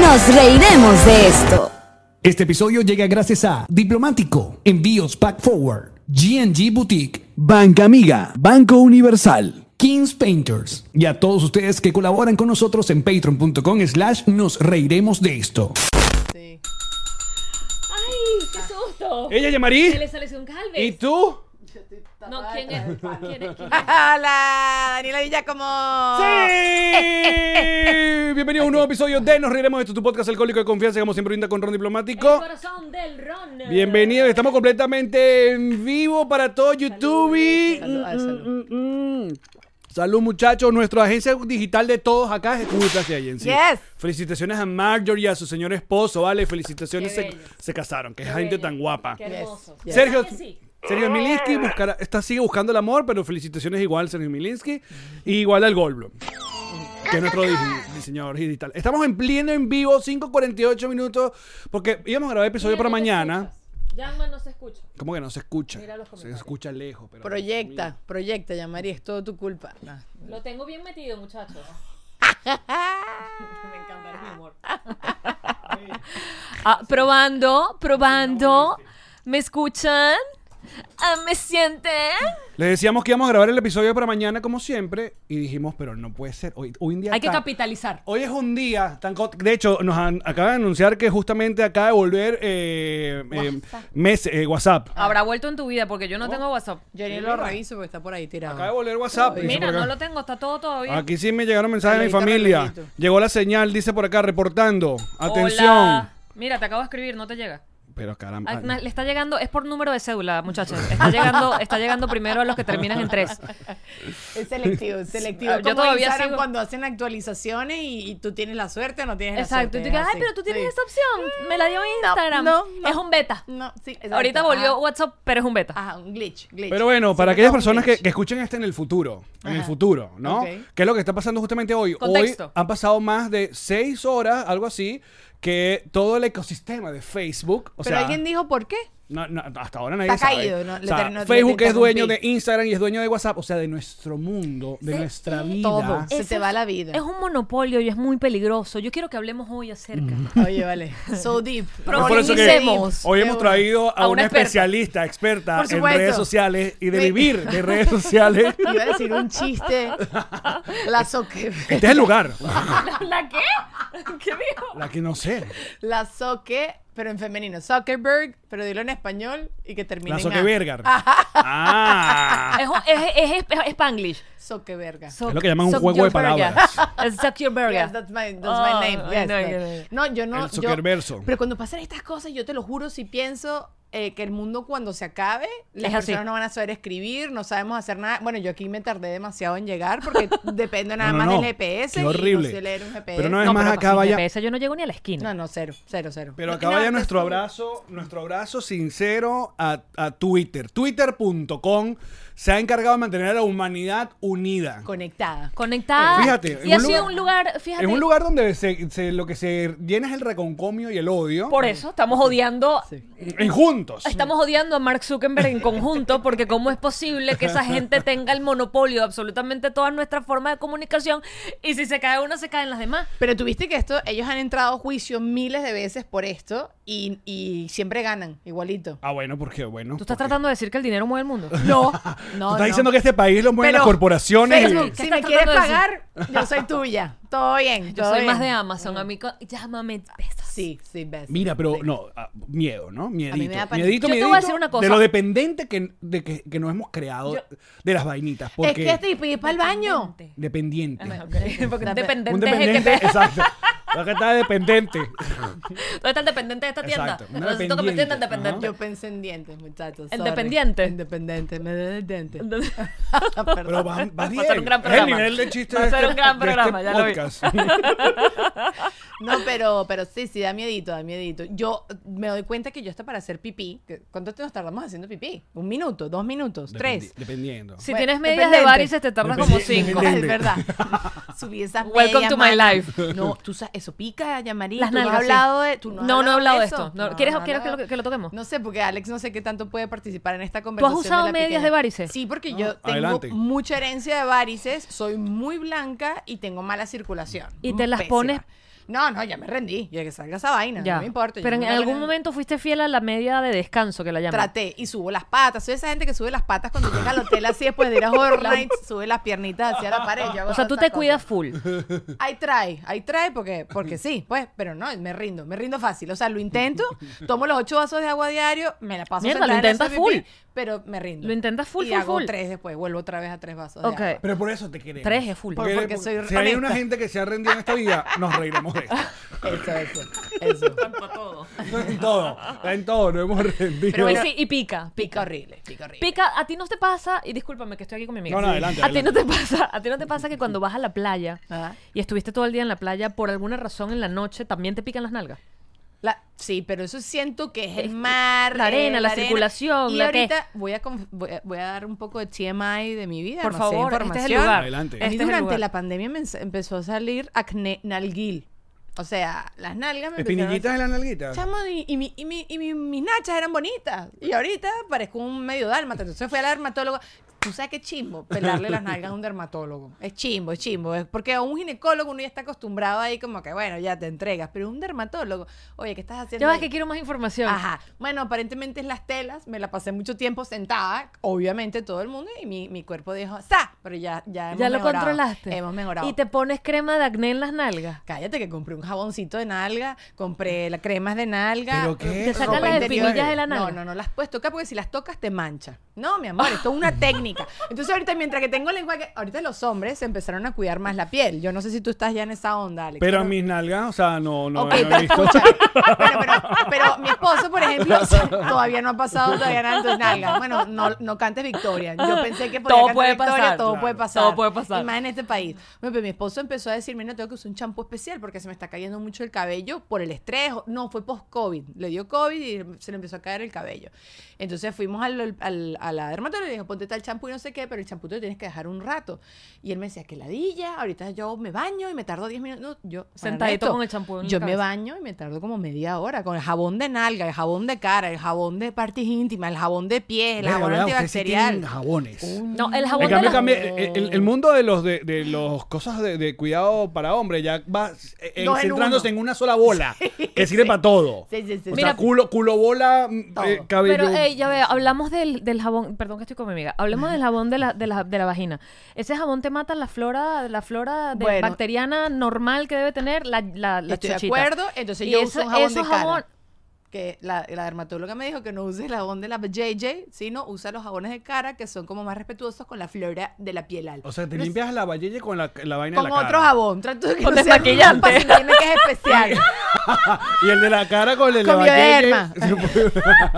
Nos reiremos de esto. Este episodio llega gracias a Diplomático, Envíos Pack Forward, GNG Boutique, Banca Amiga, Banco Universal. Kings Painters y a todos ustedes que colaboran con nosotros en patreon.com slash nos reiremos de esto. Sí. ¡Ay, qué Ah. Eh. susto! Ella Se llamarí. le salió un ¿Y Calves. tú? No, ¿quién es? ¿Quién es? ¿Quién es? Hola, Daniela Villacomo. Ah. ¡Sí! Bienvenido a un nuevo episodio de Nos Riremos de Esto, tu podcast alcohólico de confianza, como siempre brinda con Ron El Diplomático. corazón del Ron. Bienvenidos, estamos completamente en vivo para todo YouTube. Salud, ay, salud. Mm, mm, mm. Salud muchachos, nuestra agencia digital de todos acá es Cúrtase Agency. Yes. Felicitaciones a Marjorie y a su señor esposo, ¿vale? Felicitaciones, Qué se, bello. se casaron, qué, gente bello. tan guapa. Qué hermoso. Yes. Sergio, ¿Verdad que sí? Sergio Milinsky buscará- está, sigue buscando el amor, pero felicitaciones igual, Sergio Milinsky. Y igual al Goldblum, que es nuestro dise- diseñador digital. Estamos en pleno en vivo, 5.48 minutos, porque íbamos a grabar episodio Mira, para no te mañana. escuchas. Llama, no se escucha. ¿Cómo que no se escucha? Mira los Se comentarios. escucha lejos. pero- Proyecta, proyecta, llamaría, es todo tu culpa. No. Lo tengo bien metido, muchachos. Me encanta el humor. Ah, probando, probando. ¿Me escuchan? Ah, ¿Me sienten? Les decíamos que íbamos a grabar el episodio para mañana, como siempre, y dijimos, pero no puede ser. Hoy, hoy un día Hay que tan- capitalizar. Hoy es un día tan... co- De hecho, nos han- acaban de anunciar que justamente acaba de volver eh, eh, mes- eh, WhatsApp. Ah. Habrá vuelto en tu vida porque Oh. yo no tengo WhatsApp. Yo ni lo reviso porque está por ahí Acaba de tirado. volver WhatsApp. dice Mira, por acá. no lo tengo, está todo todavía. Aquí sí me llegaron mensajes de mi Relojito, familia. relojito. Llegó la señal, dice por acá, reportando. Atención. Mira, te acabo de escribir, no te llega. Pero caramba. Ah, na- Le está llegando, es por número de cédula, muchachos. Está llegando, está llegando primero a los que terminan en tres. Es selectivo, es selectivo. Ah, Como yo todavía Instagram sigo- cuando hacen actualizaciones y, y tú tienes la suerte o no tienes Exacto. la Y tú suerte. dices, ay, así". pero tú tienes Sí. esa opción. Me la dio Instagram. no, no. Es un beta. No, sí, exacto. Ahorita volvió Ajá. WhatsApp, pero es un beta. Ajá, un glitch, glitch. Pero bueno, para Siempre aquellas todo un personas que, glitch. que escuchen este en el futuro, en el Ajá. futuro, ¿no? Ok. ¿Qué es lo que está pasando justamente hoy? Hoy Contexto. han pasado más de seis horas, algo así, que todo el ecosistema de Facebook, o Pero sea, alguien dijo, ¿por qué? no- no, hasta ahora nadie Está sabe. caído, no, O le sea, terminó- le- Facebook le es dueño de interrumpí. Instagram y es dueño de WhatsApp, o sea, de nuestro mundo, de nuestra vida. Todo. Se Eso te va la vida. Es un monopolio y es muy peligroso. Yo quiero que hablemos hoy acerca. Mm. Oye, vale. So deep. Pero por eso que Profundicemos. Hoy eh, hemos traído a, A una, una experta. especialista, experta Por en supuesto. redes sociales y de Me- vivir de redes sociales. Iba a decir un chiste. La soque. Este es el lugar. ¿La qué? ¿Qué dijo? La que no sé. La soque, pero en femenino. Zuckerberg, pero dilo en español y que termine La en Soque A. Vergar. Ah. Es, es, es, es, es Spanglish. Soqueverga. So- Es lo que llaman un so- juego de your burger. palabras. Es Suck your burger. Yes, that's my, that's my Oh, name. I Yes, know, yes. I know, I No, yo no. El yo- Zuckerverso. Pero cuando pasan estas cosas, yo te lo juro, si pienso eh, que el mundo cuando se acabe, las Es así. personas no van a saber escribir, no sabemos hacer nada. Bueno, yo aquí me tardé demasiado en llegar porque depende nada No, no, más no. del GPS. Qué y horrible. no sé leer un GPS. Pero no es más pero pues, acá sin vaya. GPS yo no llego ni a la No, esquina. no, cero, cero, cero. Pero No acá tiene nada vaya que nuestro ver. abrazo, nuestro abrazo sincero a, a Twitter. Twitter.com se ha encargado de mantener a la humanidad unida. Conectada. Conectada. Fíjate, en Ah, Y ha un sido lugar- un lugar, fíjate. Es un lugar donde se- se- lo que se llena es el reconcomio y el odio. Por eso estamos odiando. En juntos. Estamos odiando a Mark Zuckerberg en conjunto porque cómo es posible que esa gente tenga el monopolio de absolutamente toda nuestra forma de comunicación y si se cae una se caen las demás. Pero tuviste que esto, ellos han entrado a juicio miles de veces por esto y, y siempre ganan, igualito. Ah, bueno, porque bueno. Tú estás porque- tratando de decir que el dinero mueve el mundo. No, Tú no. estás diciendo que este país lo mueven Pero las corporaciones. y- Facebook, ¿Qué si estás me quieres tratando de pagar, yo soy tuya. Todo bien. Yo todo soy más de bien. Amazon, amigo. Llámame besos. Sí, sí, ves. Mira, pero Sí. no, ah, miedo, ¿no? Miedito. me da pánico. miedito, Yo te voy a miedito decir una cosa. De lo dependiente que, de que, que nos hemos creado de las vainitas. Porque Es que este tipo ir para el baño. dependiente. Porque Dame- dependiente, Un es el que dependiente, te- exacto. Lo que está dependiente. ¿Dónde está el dependiente de esta tienda? Exacto, una Necesito que me dependiente. entienda el dependiente. Yo pensé en dientes, muchachos. El sorry. dependiente. Independiente, me da el diente. Entonces- Perdón. Pero va, va a bien. ser un gran Es programa. el nivel de chiste Va a de ser este- un gran de este programa, ya lo vi. podcast. No, pero, pero sí, sí, da miedito, da miedito. Yo me doy cuenta que yo hasta para hacer pipí, que- ¿cuánto nos tardamos haciendo pipí? ¿Un minuto? ¿Dos minutos? ¿Tres? Dependi- Dependiendo. Si Bueno, tienes medias de dependiente. varices, te tardas como Dependiente. cinco. Es verdad. Subí esas Welcome medias, to my mano. life. No, tú sabes, eso pica, Yamari. Las tú no has nalgas, sí. hablado de, tú no, has No, no he hablado de eso. esto. No, ¿quieres- has quieres que lo- hablado. que lo toquemos? No sé, porque Alex no sé qué tanto puede participar en esta conversación. usado la medias piquera. de varices? Sí, porque yo tengo adelante. mucha herencia de varices, soy muy blanca y tengo mala circulación. Mm, Y te las Pésima. pones No, no, ya me rendí. Ya que salga esa vaina. Ya. No me importa. yo Pero en me algún voy a- momento fuiste fiel a la media de descanso que la llaman. Traté y subo las patas. Soy esa gente que sube las patas cuando llega al hotel así después de ir a Horror Nights, sube las piernitas hacia la pared. yo hago O sea, tú todas te esas cuidas cosas. full. Ahí trae, ahí trae porque, porque sí, pues, pero no, me rindo, me rindo fácil. O sea, lo intento, tomo los ocho vasos de agua diario, me la paso Mierda, lo sentada en esa intentas pipí, full. pero me rindo. Lo intentas full, y full, hago full. tres después, vuelvo otra vez a tres vasos de Ok. agua. Pero por eso te queremos. Tres es full. Por- porque soy si hay una honesta. gente que se ha rendido en esta vida, nos reiremos de esto. Eso, eso, eso. No en todo, no en todo, no hemos rendido. Pero y sí, y pica, Pica pica. horrible, pica horrible. Pica, a ti no te pasa, y discúlpame que estoy aquí con mi amiga. No, no, adelante, A ti no te pasa, a ti no te pasa que cuando vas a la playa Ajá. y estuviste todo el día en la playa, por alguna razón en la noche también te pican las nalgas. La- sí, pero eso siento que es el Es- mar, la eh, arena, la circulación, Y la que- ahorita voy, a conf- voy, a, voy a dar un poco de TMI de mi vida. Por no sé, favor, este es el información. lugar. Adelante. A mí Este es el durante lugar. la pandemia me ens- empezó a salir acné nalguil. O sea, las nalgas me empezaron a- ¿Espinillitas en la nalguita? Chamo, y, y mi- y mi- y mi- mis nachas eran bonitas. Y ahorita parezco un medio dálmata. Entonces fui al dermatólogo. ¿Tú sabes qué chimbo? Pelarle las nalgas a un dermatólogo. Es chimbo, es chimbo. Es porque a un ginecólogo uno ya está acostumbrado ahí como que, bueno, ya te entregas. Pero un dermatólogo, oye, ¿qué estás haciendo? Ya vas ahí? que quiero más información. Ajá. Bueno, aparentemente es las telas. Me la pasé mucho tiempo sentada, obviamente todo el mundo, y mi, mi cuerpo dijo, ¡sa! Pero ya, ya hemos ya lo mejorado. controlaste. Hemos mejorado. Y te pones crema de acné en las nalgas. Cállate que compré un jaboncito de nalga, compré las cremas de nalga. ¿Pero qué? Te sacan ropa las interior. espinillas de la nalga. No, no, no las puedes tocar porque si las tocas te mancha. No, mi amor, esto es una técnica. Entonces ahorita mientras que tengo el lenguaje, ahorita los hombres se empezaron a cuidar más la piel. Yo no sé si tú estás ya en esa onda, Alex. Pero a mis nalgas, o sea, no, no, Ok, no he pero visto. escucha. Bueno, pero, pero mi esposo, por ejemplo, todavía no ha pasado todavía nada en tus nalgas. Bueno, no, no cantes victoria. Yo pensé que podía Todo cantar puede victoria, pasar, todo claro. puede pasar. Todo puede pasar. Y más en este país. Bueno, pero mi esposo empezó a decirme, no, tengo que usar un champú especial porque se me está cayendo mucho el cabello por el estrés. No, fue post-COVID. Le dio COVID y se le empezó a caer el cabello. Entonces fuimos al, al- a la dermatóloga y le dijo, ponte tal champú y no sé qué, pero el champú te lo tienes que dejar un rato. Y él me decía, que ladilla, ahorita yo me baño y me tardo 10 minutos. No, yo, Juan Sentadito Ernesto, con el champú en la Yo me cabeza. baño y me tardo como media hora con el jabón de nalga, el jabón de cara, el jabón de partes íntimas, el jabón de pies, el Verga, jabón ¿verdad? Ustedes sí tienen antibacterial. jabones. No, el jabón Mm. En de cambio, las- cambia- el, el- el mundo de los de, de los cosas de, de cuidado para hombre ya va eh, eh, Dos en centrándose en, uno. una sola bola que sirve para todo. Sí, sí, sí. O Mira, sea, culo, culo bola, mm, Todo. eh, cabello. Pero, ey, ya ve, hablamos del, del jabón, perdón que estoy con mi amiga, hablemos del jabón de la, de la, de la vagina. Ese jabón te mata la flora, la flora de- Bueno. bacteriana normal que debe tener la, la, la estoy de chochita. acuerdo, entonces Y yo ese- uso un jabón ese de cara. Que la, la dermatóloga me dijo que no uses el jabón de la JJ, sino usa los jabones de cara que son como más respetuosos con la flora de la piel alta. o sea, te limpias la vallilla con la, la vaina con de la otro cara. jabón, trato de que Con no sea desmaquillante. ropa, sino tiene que es especial. Y el de la cara con el de Con la vallilla. bioderma.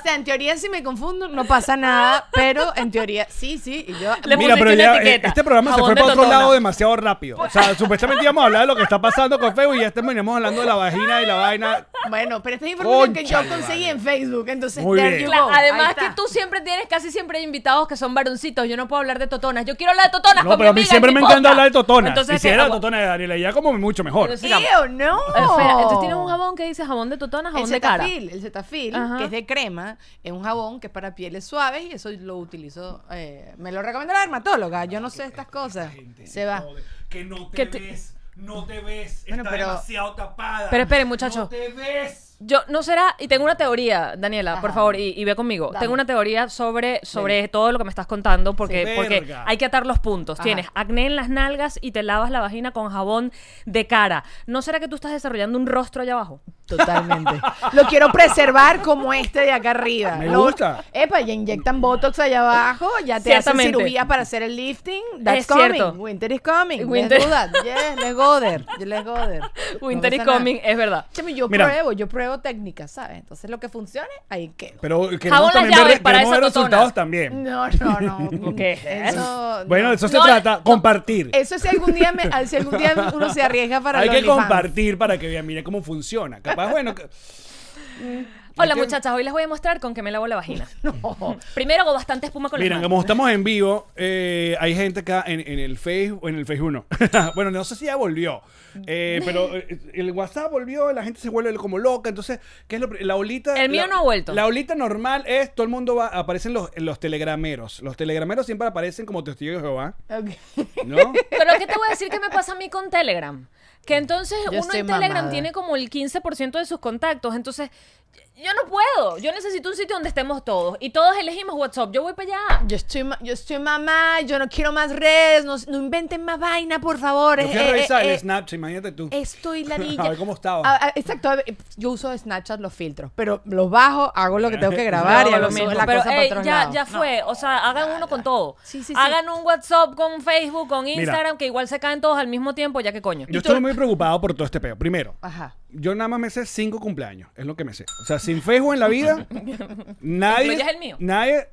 O sea, en teoría si me confundo no pasa nada, pero en teoría sí, sí. Y yo, Le Mira, pusiste pero una ya eh, etiqueta. este programa se Jabón fue de para otro Totona. lado demasiado rápido. O sea, supuestamente íbamos a hablar de lo que está pasando con Feo y ya terminamos hablando de la vagina y la vaina. Bueno, pero esta es información que yo Cónchale, conseguí vale. en Facebook, entonces Muy there bien. you Claro, go. Ahí además que está. tú siempre tienes, casi siempre hay invitados que son varoncitos. Yo no puedo hablar de totonas. Yo quiero hablar de totonas. No, con mi pero a mí amiga, siempre en me mi encanta podcast. hablar de Totona. Entonces, y si ¿qué? era Ah, Totona de Daniela, ya como mucho mejor. Pero sí, Ew, no. Espera, entonces tienes un jabón que dice jabón de totona, El jabón de cara. cetafil, el cetafil, Ajá. que es de crema, es un jabón que es para pieles suaves y eso lo utilizo, eh, me lo recomienda la dermatóloga, yo no sé estas cosas, se va. Que no te Que te- ves, no te ves, Bueno, está pero- demasiado tapada. Pero esperen, muchachos. No te ves. Yo no será, y tengo una teoría, Daniela, por Ajá. favor, y, y ve conmigo. Dame. Tengo una teoría sobre, sobre todo lo que me estás contando, porque, Sí. porque Verga. hay que atar los puntos. Ajá. Tienes acné en las nalgas y te lavas la vagina con jabón de cara. ¿No será que tú estás desarrollando un rostro allá abajo? Totalmente. Lo quiero preservar como este de acá arriba. Me Lo- gusta. Epa, ya inyectan Botox allá abajo, ya te hacen Ciertamente. cirugía para hacer el lifting. That's Es coming. cierto. Winter is coming. Winter- Let's do that. Yes, let's go there. Let's go there. No Winter is pasa nada. coming, es verdad. Chami, yo Mira. pruebo, yo pruebo técnicas, ¿sabes? Entonces lo que funcione, ahí quedo. Pero Jabón queremos las también llaves ver, para queremos esa ver Totona. resultados también. No, no, no. ¿Qué es Eso, Bueno, no. de eso se No, trata, compartir. Eso si algún día, me, si algún día uno se arriesga para Hay el que OnlyFans. compartir para que vean, mire cómo funciona. Capaz, bueno, que- Hola muchachas, hoy les voy a mostrar con qué me lavo la vagina. Primero hago bastante espuma con Mira, las como manos. estamos en vivo, eh, hay gente acá en, en el Facebook, en el Facebook no. bueno, no sé si ya volvió, eh, pero eh, el WhatsApp volvió, la gente se vuelve como loca, entonces, ¿qué es lo pri- la olita? El mío la- no ha vuelto. La olita normal es, todo el mundo va, aparecen los, los telegrameros, los telegrameros siempre aparecen como testigos de Jehová, Ok. ¿no? Pero ¿qué te voy a decir que me pasa a mí con Telegram? Que entonces Yo uno estoy en Telegram mamada. tiene como el 15% de sus contactos. Entonces, yo no puedo. Yo necesito un sitio donde estemos todos. Y todos elegimos WhatsApp. Yo voy para allá. Yo estoy, ma- yo estoy mamá, yo no quiero más redes, no, no inventen más vaina, por favor. Yo fui Eh, a eh, revisar eh, el Snapchat, imagínate tú. Estoy ladilla. A ver cómo estaba. Ah, ah, exacto. a ver, Yo uso Snapchat los filtros, pero los bajo, hago lo que tengo que grabar y Yo hago hago lo mismo. la Pero cosa para ey, otros ya, lados. ya fue. O sea, hagan uno con todo. Sí, sí, sí. hagan un WhatsApp con Facebook, con Instagram, que igual se caen todos al mismo tiempo, ya que coño. Yo estoy muy preocupado por todo este peo. Primero, Ajá. yo nada más me sé cinco cumpleaños, es lo que me sé. O sea, sin Facebook en la vida, nadie. ¿Incluyes el mío? Nadie.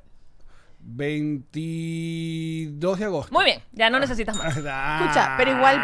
22 de agosto. Muy bien, ya no necesitas más. Escucha, pero igual,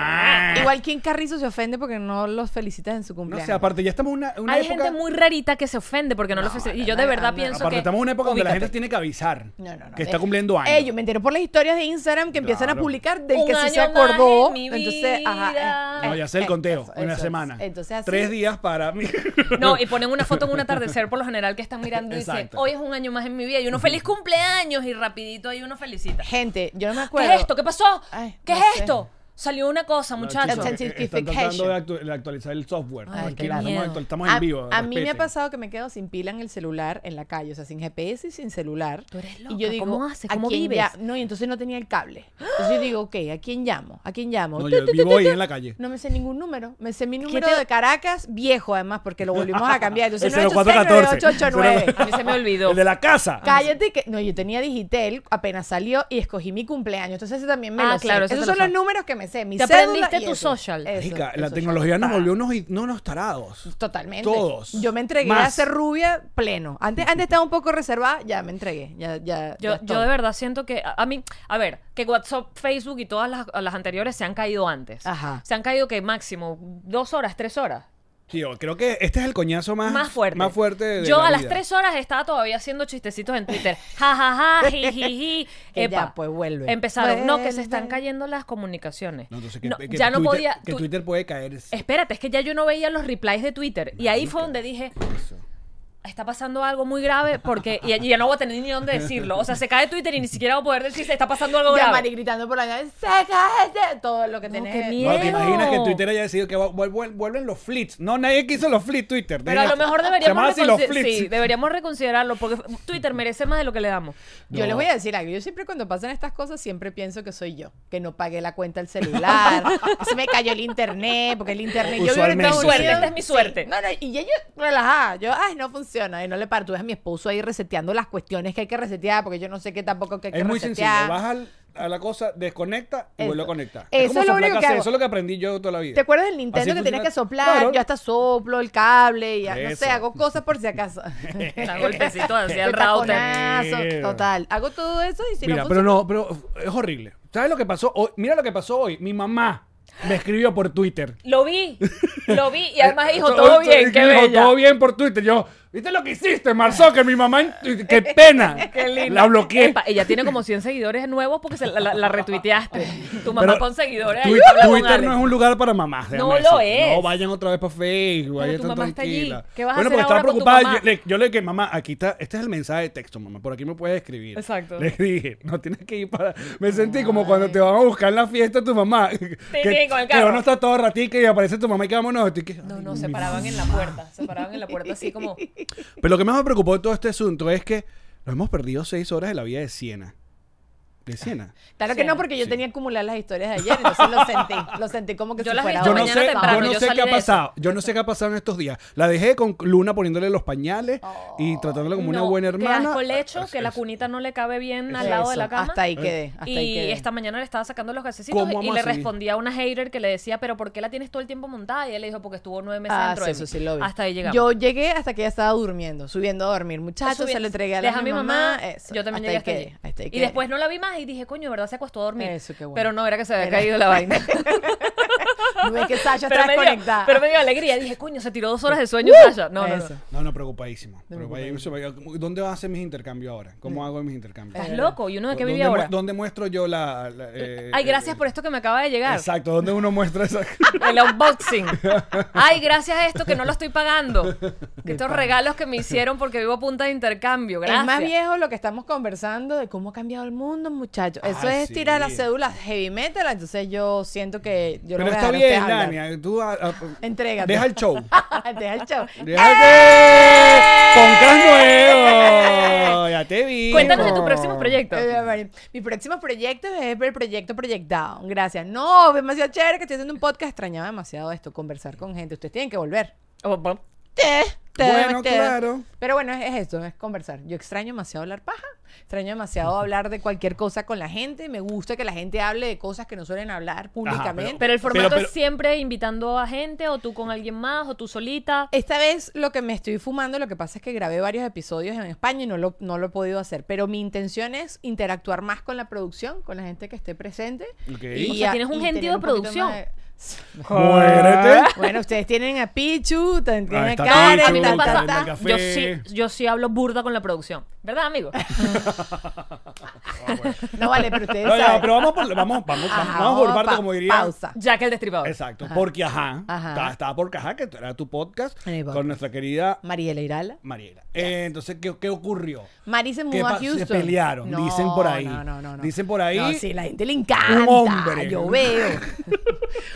igual quien Carrizo se ofende porque no los felicitas en Ah. su No cumpleaños. sé, aparte, ya estamos en una, una Hay época. gente muy rarita que se ofende porque no, lo ofrece. Y yo de verdad pienso aparte, que. estamos en una época donde la ubícate. gente tiene que avisar No, no, no. que está Eh, cumpliendo años. eh, yo me entero por las historias de Instagram que empiezan a Claro. publicar del Un que sí se año más acordó. en mi Entonces, ajá. vida. no, ya sé el eh, conteo. eso, una eso, semana. entonces así- Tres días para mí. No, y ponen una foto en un atardecer por lo general que están mirando y dicen, Exacto. hoy es un año más en mi vida y uno feliz cumpleaños y rapidito ahí uno felicita. Gente, yo no me ¿Qué acuerdo. es esto? ¿Qué pasó? Ay, ¿Qué no es sé. esto? Salió una cosa, muchachos. chico. Eh, Están tratando de, actu- de actualizar el software. Tranquilo, Ay, qué estamos miedo. actu- estamos en a, vivo. a mí me ha respeten. pasado que me quedo sin pila en el celular en la calle, o sea, sin GPS y sin celular. Tú eres Y loca, yo digo, ¿cómo haces? ¿a ¿Cómo quién vives? ya- No, y entonces no tenía el cable. Entonces yo digo, ok, ¿a quién llamo? ¿A quién llamo? No, Tu, yo tu, tu, vivo tu, ahí tu. en la calle. No me sé ningún número. Me sé mi número te- de Caracas viejo, además, porque lo volvimos a cambiar. Entonces, El 986 A mí se me olvidó. El de la casa. Cállate que. No, yo tenía Digitel, apenas salió y escogí mi cumpleaños. Entonces, ese también me Ah, lo sé. claro, eso Esos te lo son los sabes. números que me sé. Mi Te cédula aprendiste y tu eso. social. Eso, Marica, el la social. tecnología nos volvió unos, i- no unos tarados. Totalmente. Todos. Yo me entregué Más. a ser rubia pleno. Antes, antes estaba un poco reservada, ya me entregué. Ya, ya, ya Yo, estoy. yo de verdad siento que, a, a mí, a ver, que WhatsApp, Facebook y todas las, las anteriores se han caído antes. Ajá. Se han caído que máximo dos horas, tres horas. Tío, creo que este es el coñazo más, más fuerte. Más fuerte de Yo la a las vida. 3 horas estaba todavía haciendo chistecitos en Twitter. Ja, ja, ja, ji, ji, ji. Que Epa, ya, pues, vuelve. Empezaron. No, que se Vuelve. están cayendo las comunicaciones. No, entonces que, No, que ya no Twitter- podía. Que tu- Twitter puede caer. Espérate, es que ya yo no veía los replies de Twitter. Y ahí fue donde dije. Está pasando algo muy grave porque. Y, y ya no voy a tener ni dónde decirlo. O sea, se cae Twitter y ni siquiera voy a poder decir se está pasando algo Ya, grave. Mari gritando por la calle, "Saca este", Todo lo que No, tenés. qué miedo. No, te imaginas que Miedo. Twitter haya decidido que va- vuel- vuel- vuelven los flits. No, nadie quiso los flits Twitter. Pero a Deja- lo mejor se deberíamos, llamaba así los reconsi- flits. sí, deberíamos reconsiderarlo porque Twitter merece más de lo que le damos. Yo les voy a decir algo. Yo siempre cuando pasan estas cosas, siempre pienso que soy yo. Que no pagué la cuenta del celular. que se me cayó el internet. Porque el internet... Yo vivo Usualmente. en Estados Mi suerte, Unidos. esta es mi Sí. suerte. No, no, y ya yo relajada. Yo, ay, no funciona. Y no le paro. Tú ves a mi esposo ahí reseteando las cuestiones que hay que resetear. Porque yo no sé qué tampoco que hay que Es muy sencillo. resetear. Vas al- a la cosa, desconecta y Eso. vuelve a conectar. como Eso es lo soplar único que cassette, hago. Eso es lo que aprendí yo toda la vida. ¿Te acuerdas del Así Nintendo que funciona- tenías que soplar? Claro. Yo hasta soplo el cable y ya, no Eso. sé, hago cosas por si acaso. Da golpecito hacia el Un router. taconazo, Mierda. Total. Hago todo eso y si Mira, no pero funciona- no, pero es horrible. ¿Sabes lo que pasó hoy? Mira lo que pasó hoy. Mi mamá me escribió por Twitter. Lo vi, lo vi Eh, y además dijo Todo- todo todo- bien, qué dijo, bella. Todo bien por Twitter. Yo, ¿viste lo que hiciste, Marzó? Que mi mamá, en- qué pena. La bloqueé. Epa, ella tiene como 100 seguidores nuevos porque se la, la- la retuiteaste. Tu mamá Pero con seguidores. ahí Twi- habla con Twitter Alex. no es un lugar para mamás. déjame No lo decirte. es. No vayan otra vez para Facebook. ahí tu están mamá está allí. tranquilas. ¿Qué vas a bueno, hacer porque estaba ahora con tu preocupada. mamá? Yo le, yo le dije, mamá, aquí está. Este es el mensaje de texto, mamá. Por aquí me puedes escribir. Exacto. Le dije, no tienes que ir para. Me sentí como cuando te van a buscar en la fiesta tu mamá. que, con el que carro. uno está todo ratica y aparece tu mamá y que vámonos. Estoy que, No, ay, no, mi se paraban en la puerta. Se paraban en la puerta así como. Pero lo que más me preocupó de todo este asunto es que nos hemos perdido seis horas de la vida de Siena. De Siena. Claro que no, porque yo tenía que acumular las historias de ayer, entonces lo sentí. Lo sentí como que Yo si las fuera vi Yo hoy. no, Ah, mañana sé, temprano, yo no yo sé salí qué ha de eso. pasado. Yo no sé qué ha pasado en estos días. La dejé con Luna poniéndole los pañales y tratándola como una Oh, no, buena Que hermana. Ah, asco el hecho, que la Eso. cunita no le cabe bien al lado de la Eso, cama. Hasta Eh. ahí quedé. Hasta ahí y quedé. esta mañana le estaba sacando los gasecitos ¿Cómo y vamos le a seguir? respondía a una hater que le decía, pero ¿por qué la tienes todo el tiempo montada? Y él le dijo, porque estuvo nueve meses Ah, dentro sí, de eso mí". sí lo vi. Hasta ahí llegamos. Yo llegué hasta que ella estaba durmiendo, subiendo a dormir. Muchachos, Subí- se lo entregué a la dejé mi mamá. eso, Yo también hasta llegué hasta ahí allí. quedé, hasta ahí y quedé. después no la vi más y dije, coño, ¿verdad? Se acostó a dormir. Eso, qué bueno. Pero no, era que se había Era- caído la vaina. No ves que Sasha pero, está me dio, desconectada. Uh, pero me dio alegría. Dije, coño, se tiró dos horas de sueño, Sasha. No, no, no. Eso. No, no, preocupadísimo. preocupadísimo. Eh. ¿Dónde van a hacer mis intercambios ahora? ¿Cómo hago mis intercambios? Estás loco. ¿Y uno de qué ¿Dónde vive mu- ahora? ¿Dónde muestro yo la... la- eh, Ay, gracias eh, por esto que me acaba de llegar. Exacto, ¿dónde uno muestra esa... El unboxing. Ay, gracias a esto que no lo estoy pagando. Que estos regalos que me hicieron porque vivo a punta de intercambio. Gracias. Es más viejo lo que estamos conversando de cómo ha cambiado el mundo, muchachos. Eso Ay, es sí. tirar las cédulas heavy metal. Entonces yo siento que yo Pero lo voy a está dejar este a ustedes bien, hablar. Dania. Tú a- a- Entrégate. Deja el show. Deja el show. Deja de... ¡Eh! ¡Concas nuevo! Ya te vi. Cuéntanos de tu próximo proyecto. Eh, a ver, Mi próximo proyecto es el proyecto Proyectado. Gracias. No, demasiado chévere que estoy haciendo un podcast. Extrañaba demasiado esto, conversar con gente. Ustedes tienen que volver. Oh, oh. Te, te, Bueno, te. claro. Pero bueno, es, es esto, es conversar. Yo extraño demasiado hablar paja, extraño demasiado hablar de cualquier cosa con la gente. Me gusta que la gente hable de cosas que no suelen hablar públicamente. Pero el formato pero- es siempre invitando a gente, o tú con alguien más, o tú solita. Esta vez lo que me estoy fumando, lo que pasa es que grabé varios episodios en España y no lo, no lo he podido hacer. Pero mi intención es interactuar más con la producción, con la gente que esté presente. Ok. O sea, tienes un tener gentío de poquito producción. más de- Ah, Muérete. Ah, Bueno, ustedes tienen a Pichu, ten- tienen a está Karen, Pichu, A mí me ta, ta, pasa- Karen ta. del Café. yo sí, yo sí hablo burda con la producción. ¿Verdad, amigo? No vale, pero ustedes No, ya, saben. pero vamos por, vamos, vamos, Ajá, vamos por vamos parte, pa- como diría. pausa. Jack el Destripador. Exacto, porque ajá. Ajá. Estaba, estaba porque ajá, que era tu podcast En el con podcast. nuestra querida Mariela Irala. Mariela. Eh, entonces, ¿qué, qué ocurrió? Mari se ¿Qué mudó a pa- se Houston. pelearon, dicen por ahí. No, no, no, no. Dicen por ahí- No, sí, la gente le encanta. Un hombre. Yo veo.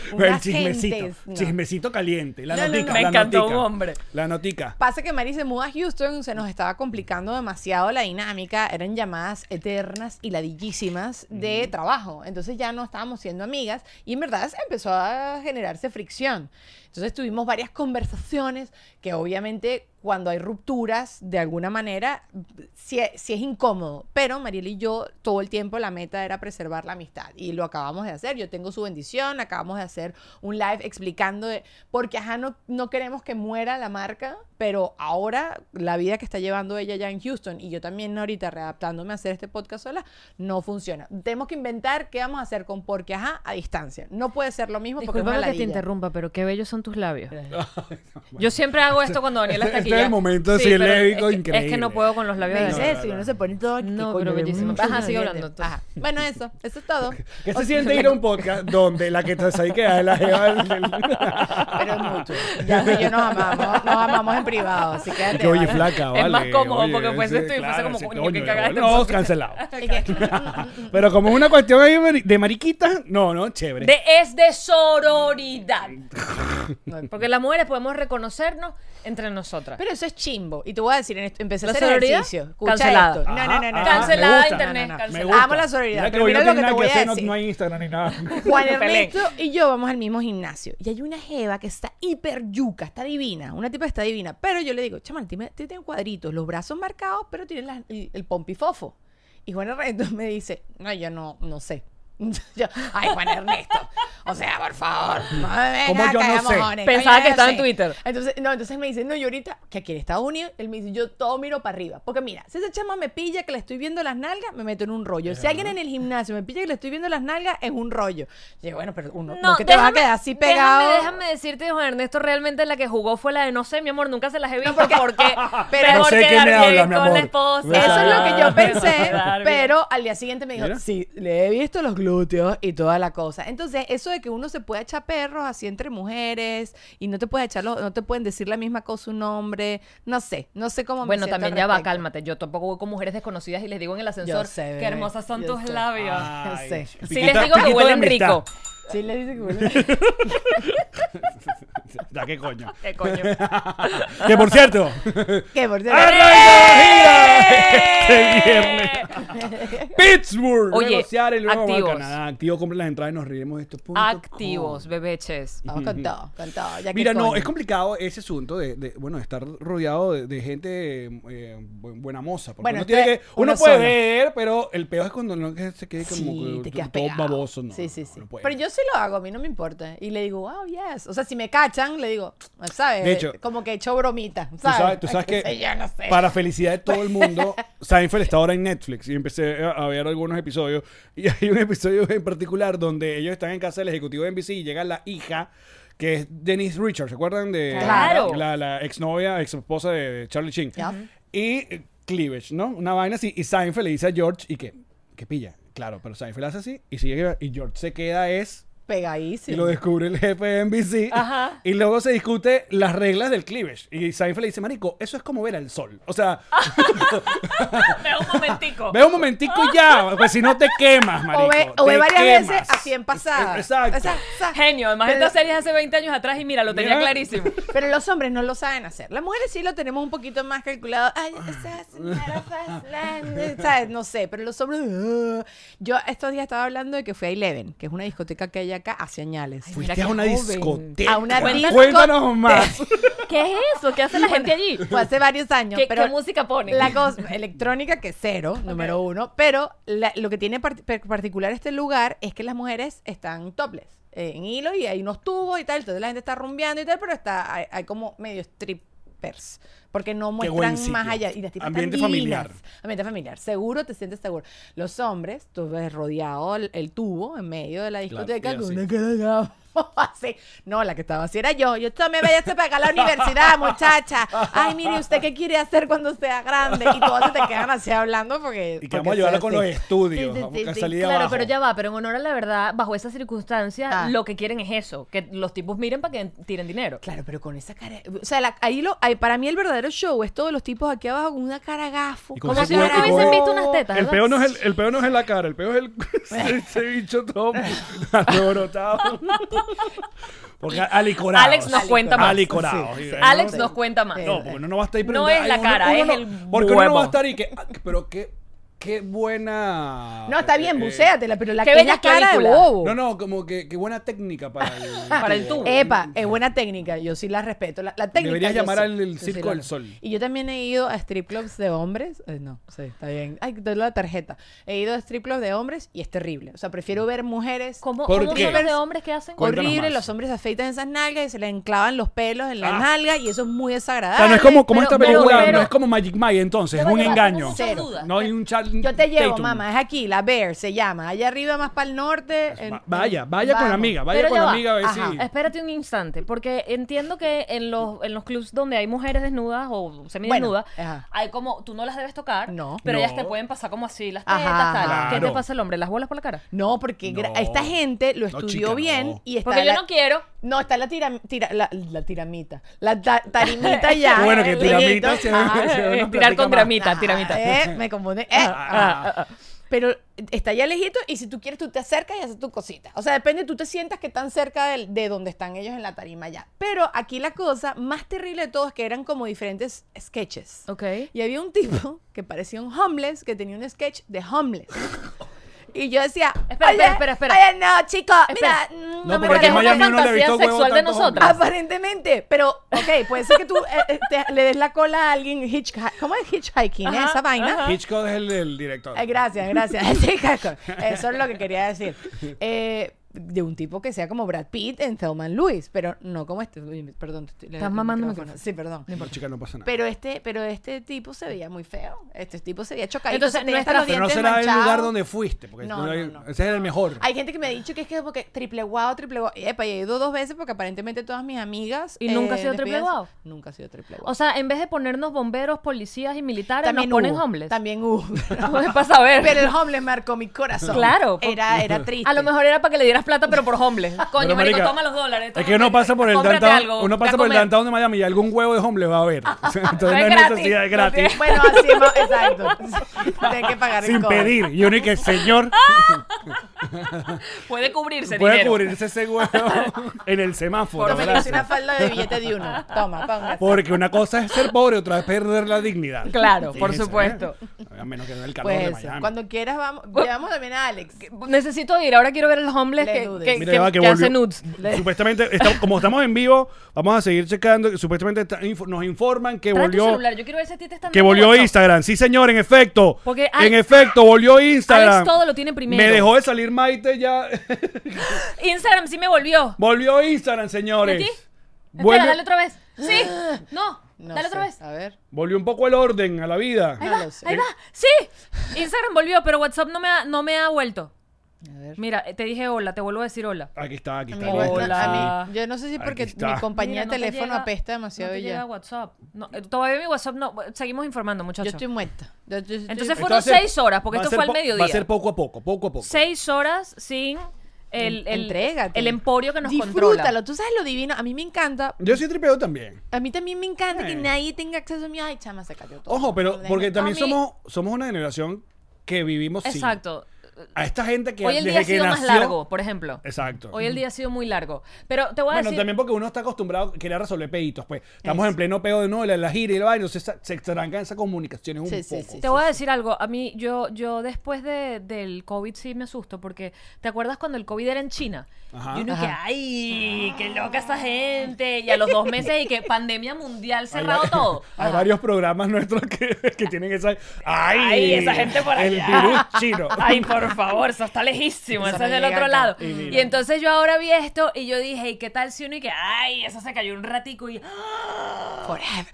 El Unas chismecito. gentes, no. Chismecito caliente. La No, no, notica. no. Me la encantó notica, un hombre. La notica. Pasa que Mari se muda a Houston, se nos estaba complicando demasiado la dinámica, eran llamadas eternas y ladillísimas de trabajo, entonces ya no estábamos siendo amigas y en verdad se empezó a generarse fricción. Entonces tuvimos varias conversaciones que obviamente cuando hay rupturas de alguna manera sí, es- sí es incómodo, pero Mariela y yo todo el tiempo la meta era preservar la amistad y lo acabamos de hacer, yo tengo su bendición, acabamos de hacer un live explicando de, porque ajá, no, no queremos que muera la marca, pero ahora la vida que está llevando ella ya en Houston y yo también ahorita readaptándome a hacer este podcast sola, no funciona. Tenemos que inventar qué vamos a hacer con porque ajá a distancia. No puede ser lo mismo porque es una Disculpame que te ladilla. interrumpa, pero qué bellos son tus labios. Yo siempre hago esto cuando Daniela está aquí. Este es ya. el momento pero silébico es que- Es que increíble. no puedo con los labios Me de dice Daniela. eso y uno se pone No, todo. ¿qué coño pero de bellísimo. mucho Ajá, sigue ladilla? hablando tú. Ajá. Bueno, eso, eso es todo. ¿Qué se siente ir a un podcast donde la que está ahí que es la jeva del- del- Pero es mucho. Ya tú y yo nos amamos, nos amamos en privado, así que Que oye, flaca, Es vale. más cómodo, oye, porque fuese ese- esto y fuese como, ese coño, qué cagada vale. este No, podcast. cancelado. Y que- Pero como es una cuestión ahí de mari- de mariquita, no, no, chévere. De- es de sororidad. Porque las mujeres podemos reconocernos entre nosotras. Pero eso es chimbo. Y te voy a decir, en esto- empecé a ¿La hacer sororidad? ejercicio. Escucha Cancelada. esto. No, Ajá, no, no, no. ah, Cancelada me gusta. internet, No, no, no. cancelada. gusta. Amo la solidaridad, Mira pero hoy mira no lo que tiene te nada voy a hacer, no- decir. No hay Instagram ni nada. Juan Pelén. Ernesto y yo vamos al mismo gimnasio. Y hay una jeva que está hiper yuca, está divina. Una tipa está divina. Pero yo le digo, chaval, tiene, tiene cuadritos, los brazos marcados, pero tiene la- el, el pompifofo. Y Juan Ernesto me dice, no, yo no, no sé. Yo, Ay, Juan Ernesto. O sea, por favor. No me vengas ¿Cómo a yo no cagar sé? mojones. Pensaba Coño, que yo estaba sé. en Twitter. Entonces, no, entonces me dice, no, yo ahorita, que aquí en Estados Unidos, él me dice, yo todo miro para arriba. Porque mira, si esa chama me pilla que le estoy viendo las nalgas, me meto en un rollo. Si alguien en el gimnasio me pilla que le estoy viendo las nalgas, es un rollo. Y yo, bueno, pero uno, no, que te vas a déjame- quedar así pegado. Déjame, déjame decirte, Juan Ernesto, realmente la que jugó fue la de no sé, mi amor, nunca se las he visto porque- porque, pero- No mejor sé que qué me Gabriel habla, mi con amor. la esposa. Eso es lo que yo pensé, Claro, pero al día siguiente me dijo, Mira. sí, le he visto los glúteos y toda la cosa. Entonces, eso de que uno se puede echar perros así entre mujeres y no te puedes echar, los- no te pueden decir la misma cosa un hombre, no sé, no sé cómo me Bueno, siento al también ya va, respecto. cálmate. Yo tampoco voy con mujeres desconocidas y les digo en el ascensor sé, bebé, qué hermosas son yo tus sé. labios. Ay, sé. chiquita- Sí les digo que chiquito de huelen amistad. rico. Sí, le dice que huele. Da qué coño. Qué Eh, coño. Que por cierto, que por cierto- ¡Eh! arranca la gira este viernes. Pittsburgh. Oye, negociar y luego vamos activos. a Canadá. Activo, compren las entradas y nos reiremos de esto. punto com. Activos, bebeches. Vamos con todo, con todo. ya que Mira, no, coño. es complicado ese asunto de, de, bueno, estar rodeado de, de gente eh, bu- buena moza. Porque Bueno, uno, este tiene que, uno uno puede solo. ver, pero el peor es cuando no que se quede como Sí, que te quedas todo pegado. baboso. No, sí, sí, no, sí. no puede. Pero yo sí lo hago, a mí no me importa. Y le digo, wow, yes. O sea, si me cachan, le digo, ¿sabes? De hecho, como que he hecho bromita. Tú ¿sabes? sabes, tú sabes que Sí, yo no sé. para felicidad de todo el mundo, o sea, Seinfeld está ahora en Netflix y empecé a a ver algunos episodios. Y hay un episodio en particular donde ellos están en casa del ejecutivo de NBC y llega la hija, que es Denise Richards. ¿Se acuerdan de Claro. la, la exnovia, ex esposa de Charlie Sheen? Ya. Y eh, Cleavage, ¿no? Una vaina así. Y Seinfeld le dice a George y que, que pilla. Claro, pero Seinfeld hace así y sigue y George se queda es y lo Pegadísimo. descubre el jefe de NBC. Ajá. Y luego se discute las reglas del cleavage. Y Seinfeld le dice, marico, eso es como ver al sol. O sea, Ah. Ve un momentico. ve un momentico y ya. Pues si no te quemas, marico. O ve, o ve te varias quemas. veces a 100 pasadas. Es- Exacto. Esa- esa- Genio, además Pero- esta serie es hace 20 años atrás y mira, lo tenía Mira. clarísimo. Pero los hombres no lo saben hacer. Las mujeres sí lo tenemos un poquito más calculado. Ay, Ah. esa señora Faslán, ¿sabes? No sé, pero los hombres. "Ugh". Yo estos días estaba hablando de que fui a Eleven, que es una discoteca que hay acá hace añales. Mira Fuiste qué a una joven. discoteca. A una Cuéntanos, discoteca. Cuéntanos más. ¿Qué es eso? ¿Qué hace la gente allí? Fue hace varios años. ¿Qué, pero qué música pone? La cosa electrónica que es cero, número uno. Pero la- lo que tiene par- per- particular este lugar es que las mujeres están topless eh, en hilo y hay unos tubos y tal. Entonces la gente está rumbeando y tal, pero está hay, hay como medio strippers. Porque no buen muestran sitio. más allá. Y las tipas Ambiente están familiar. divinas. Ambiente familiar. Seguro te sientes seguro. Los hombres, tú ves rodeado el, el tubo en medio de la discoteca. y con así. una cara de gafo, así. No, la que estaba así era yo. Yo también vaya a pagar la universidad, muchacha. Ay, mire, ¿usted qué quiere hacer cuando sea grande? Y todas se te quedan así hablando porque. Y que porque vamos a llevarlo soy con así. los estudios. Sí, sí, porque sí, salí de Claro, abajo. pero ya va, pero en honor a la verdad, bajo esas circunstancias, Ah. lo que quieren es eso, que los tipos miren para que tiren dinero. Claro, pero con esa cara. O sea, la- ahí lo, ahí- para mí el verdadero show es todos los tipos aquí abajo con una cara gafo. Y con Como ese si nunca cuerpo- hubiesen visto unas tetas. El ¿verdad? peor, no es el, el peor no es la cara, el peor es el, ese bicho todo alborotado. Porque alicorado. Alex nos cuenta más. Alicorado. Sí, sí, sí. ¿no? Alex Sí. nos cuenta más. Sí. No, porque uno no va a estar ahí No prendado. es la Ay, uno- cara, uno es no- el Porque uno no huevo. va a estar ahí que. ah, Pero qué, qué buena. No, está bien, eh, eh, bucéatela, pero la Qué que bella es cara de clavícula. bobo. No, no, como que, qué buena técnica para el. Para el tubo. Epa, es buena técnica, yo sí la respeto. La, la técnica. Deberías yo llamar sí, al- el yo sí Circo la- del Sol. Y yo también he ido a strip clubs de hombres. Eh, no, sí, está bien. Ay, doy la tarjeta. He ido a strip clubs de hombres y es terrible. O sea, prefiero ver mujeres. ¿Cómo, ¿Por cómo qué? son los de hombres que hacen? Cuéntanos Horrible, más. los hombres se afeitan esas nalgas y se les enclavan los pelos en la Ah. nalga y eso es muy O desagradable. sea, no es como, como Pero- esta película, pero- no es como Magic Mike, entonces, es Pero un lleva- engaño. tengo muchas dudas. No hay un Charlie Yo te llevo, Tatum. mamá, es aquí, la Bear se llama, allá arriba más para el norte. en- Va- Vaya, vaya con la Vamos. amiga, vaya Pero con ya la va. amiga a ver Ajá. si. Espérate un instante, porque entiendo que en los, en los clubs donde hay mujeres desnudas o semidesnudas, Bueno, ajá. hay como, tú no las debes tocar, No. pero No. ellas te pueden pasar como así las Ajá, tetas, tal. ajá. ¿Qué te Claro. pasa el hombre? ¿Las bolas por la cara? No, porque gra- No. esta gente lo No, estudió chica, no. bien y está Porque la- yo no quiero. No, está la tira, tira- la, la tiramita. La ta- tarimita ya. Bueno, que El tiramita leguito. se- se- no Eh, Ajá. eh, platica tirar con más. gramita, tiramita. Eh, me confundí. Eh, ah, ah. Pero está ya lejito y si tú quieres tú te acercas y haces tu cosita. O sea, depende, tú te sientas que tan cerca del- de, donde están ellos en la tarima ya. Pero aquí la cosa más terrible de todo es que eran como diferentes sketches. Ok. Y había un tipo que parecía un homeless que tenía un sketch de homeless. Y yo decía, Espera, "Oye, espera, espera, espera. Oye, no, chico, Espera. mira, mm, no, No, me porque parece en Miami uno le ha fantasía visto huevo sexual de tantos hombres. nosotras. Aparentemente, pero, ok, puede ser que tú eh, eh, te- le des la cola a alguien hitchhiking. ¿Cómo es hitchhiking? eh? Ajá, esa vaina. Hitchcock es el, el director. Eh, gracias, gracias. Sí, Jaco, Eso es lo que quería decir. Eh, de un tipo que sea como Brad Pitt en Thelma and Lewis, pero no como este. Uy, Perdón, te estoy- Estás el mamando el micrófono. Sí, perdón. No, chica, no pasa nada. Pero este, pero este tipo se veía muy feo. Este tipo se veía chocadito. Entonces, se tenía nuestra- hasta los Pero no dientes será el manchados. lugar donde fuiste, porque No, tú- no, no. ese es el mejor. Hay gente que me ha dicho que es que porque triple guau, triple guau. Epa, y he ido dos veces porque aparentemente todas mis amigas. ¿Y nunca ha sido triple despedidas- guau? Nunca ha sido triple guau. O sea, en vez de ponernos bomberos, policías y militares, nos ponen hubo, hombres. También hubo. Para saber. Pero el homeless marcó mi corazón. Claro, porque- Era, era triste. A lo mejor era para que le dieras plata, pero por homeless. Coño, Pero, marico, marica, toma los dólares. Es que uno pasa por el Cómprate downtown, algo, uno ve pasa a por el comer. downtown de Miami y algún huevo de homeless va a haber. Entonces Es no hay gratis. necesidad, es gratis. Bueno, así hemos- exacto. Tiene que pagar el Sin cobre. pedir. Y uno y que, señor, Puede cubrirse puede dinero. cubrirse ese huevo en el semáforo. Tome, le hice gracias. una falda de billete de uno. Toma, ponga. Porque una cosa es ser pobre, otra es perder la dignidad. Claro, por Fíjense, supuesto. ¿eh? A menos que sea el calor de Pues Miami. cuando quieras vamos, llevamos también a Alex. Necesito ir, ahora quiero ver a los homeless Le que, dudes. que, Mira, que- ya va, que que volvió. hacen nudes. Supuestamente, estamos- como estamos en vivo, vamos a seguir checando. Supuestamente está- info- nos informan que Trae tu volvió. celular, yo quiero ver si a ti te están Que dando volvió WhatsApp. Instagram. Sí, señor, en efecto. Porque en Alex- efecto, volvió Instagram. Alex todo lo tiene primero. Me dejó de salir Maite ya. Instagram sí me volvió. volvió Instagram, señores. ¿Y a ti? Vuelve- Espera, dale otra vez. Sí. No. No Dale otra sé. vez. A ver. Volvió un poco el orden a la vida. No lo sé. Ahí va. Sí. Instagram volvió, pero WhatsApp no me ha, no me ha vuelto. A ver. Mira, eh, te dije hola, te vuelvo a decir hola. Aquí está, aquí A está. mí aquí no está. está- Hola. a mí- yo no sé si Aquí porque está. mi compañía Mira, no de te teléfono llega- apesta demasiado no te ya. llega WhatsApp. No, eh, todavía mi WhatsApp no. Seguimos informando, Yo muchachos. estoy muerta. Yo- yo- yo- Entonces yo- fueron Esto va a ser- seis horas, porque va a esto ser fue al po- Va mediodía. a ser poco a poco, poco a poco. Seis horas sin el, el, Entrégate. el emporio que nos Disfrútalo. controla. Tú sabes lo divino. A mí me encanta. Yo soy tripeo también. A mí también me encanta que Eh. nadie tenga acceso a mí. Ay, chama, se cayó todo. Ojo, pero Déjame- porque también A mí- somos, somos una generación que vivimos sin. Exacto. A esta gente que Hoy el desde día ha que sido más nació- largo, por ejemplo. Exacto. Hoy el día ha sido muy largo. Pero te voy a Bueno, decir... también porque uno está acostumbrado a querer resolver peditos, pues. Estamos Eso. en pleno peo de novela, la gira y el baile, entonces se extrancan esas comunicaciones un Sí, sí, poco. sí. Te voy a decir algo. A mí, yo, yo después de, del COVID sí me asusto porque ¿te acuerdas cuando el COVID era en China? Ajá. Y uno que, Ajá. ay, qué loca esa gente. Y a los dos meses y que pandemia mundial cerrado va- todo. Hay varios programas nuestros que, que tienen esa. ¡Ay! Ay, esa gente por El allá. virus chino. Ay, por favor, eso está lejísimo, Eso eso, no es del llega otro acá. lado. Y Y, mira. entonces yo ahora vi esto y yo dije, ¿y qué tal si uno y que, ay, eso se cayó un ratico y... ¡ah! Forever,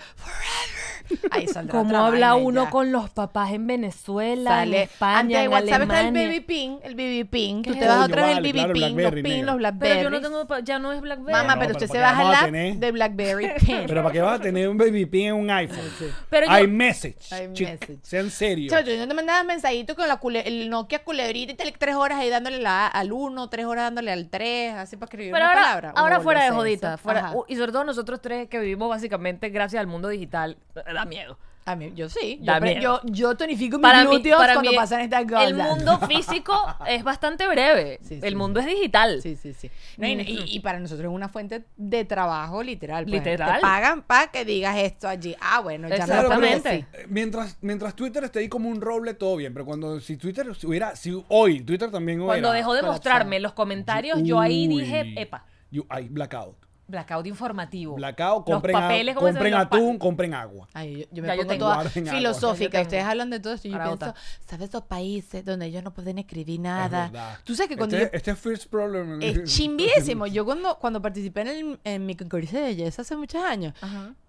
forever. Ahí saldrá ¿Cómo otra habla vaina uno ya. con los papás en Venezuela, Sale. Ah, en España, Antes de en WhatsApp Alemania? está el baby ping, el baby ping. Tú ¿Qué te es vas eso? otra vez el Vale, baby claro, ping, los Blackberry, ping, negro. los blackberries. Pero yo no tengo, pa- ya no es BlackBerry. Mamá, No, pero pero usted se ¿para qué baja vamos a la app tener? de BlackBerry Pin. Pero para qué vas a tener un baby pin en un iPhone. Pero yo- iMessage. iMessage. Sean serios. Chacho, yo no te mandaba mensajitos con la cule- el Nokia culebrita y te- tres horas ahí dándole la, al uno, tres horas dándole al tres, así para escribir Pero una ahora, palabra. ahora Uy, fuera lo de sé, jodita. eso. fuera- Ajá. u- y sobre todo nosotros tres que vivimos básicamente gracias al mundo digital. eh, Da miedo. A mí, yo sí. Yo, Da pre- miedo. yo, yo tonifico mis Para mí, glúteos para cuando mí, e pasan estas cosas. el mundo físico es bastante breve. Sí, sí, el mundo es digital. Sí, sí, sí. No, y, y- y para nosotros es una fuente de trabajo literal. pues. Literal. Te pagan para que digas esto allí. Ah, bueno, ya Claro, pero, Exactamente. eh, mientras, mientras Twitter esté ahí como un roble, todo bien. Pero cuando, si Twitter hubiera, si hoy Twitter también hubiera. Cuando dejó de colapsado. mostrarme los comentarios, yo ahí Uy. dije, epa, You- ay, blackout. blackout informativo. Blackout, Los compren, papeles, a- ¿cómo se compren ven? Los pa- atún, compren agua. Ay, yo, yo Ya me yo pongo tengo. toda Guarden algo. Ya yo filosófica. tengo. Ustedes hablan de todo esto y yo Ahora pienso, vota. ¿sabes esos países donde ellos no pueden escribir Es nada? verdad. Tú sabes que cuando este, yo... este es first problem. Es chimbísimo. Eh, Yo cuando, cuando participé en, el- en mi concurso de belleza hace muchos años,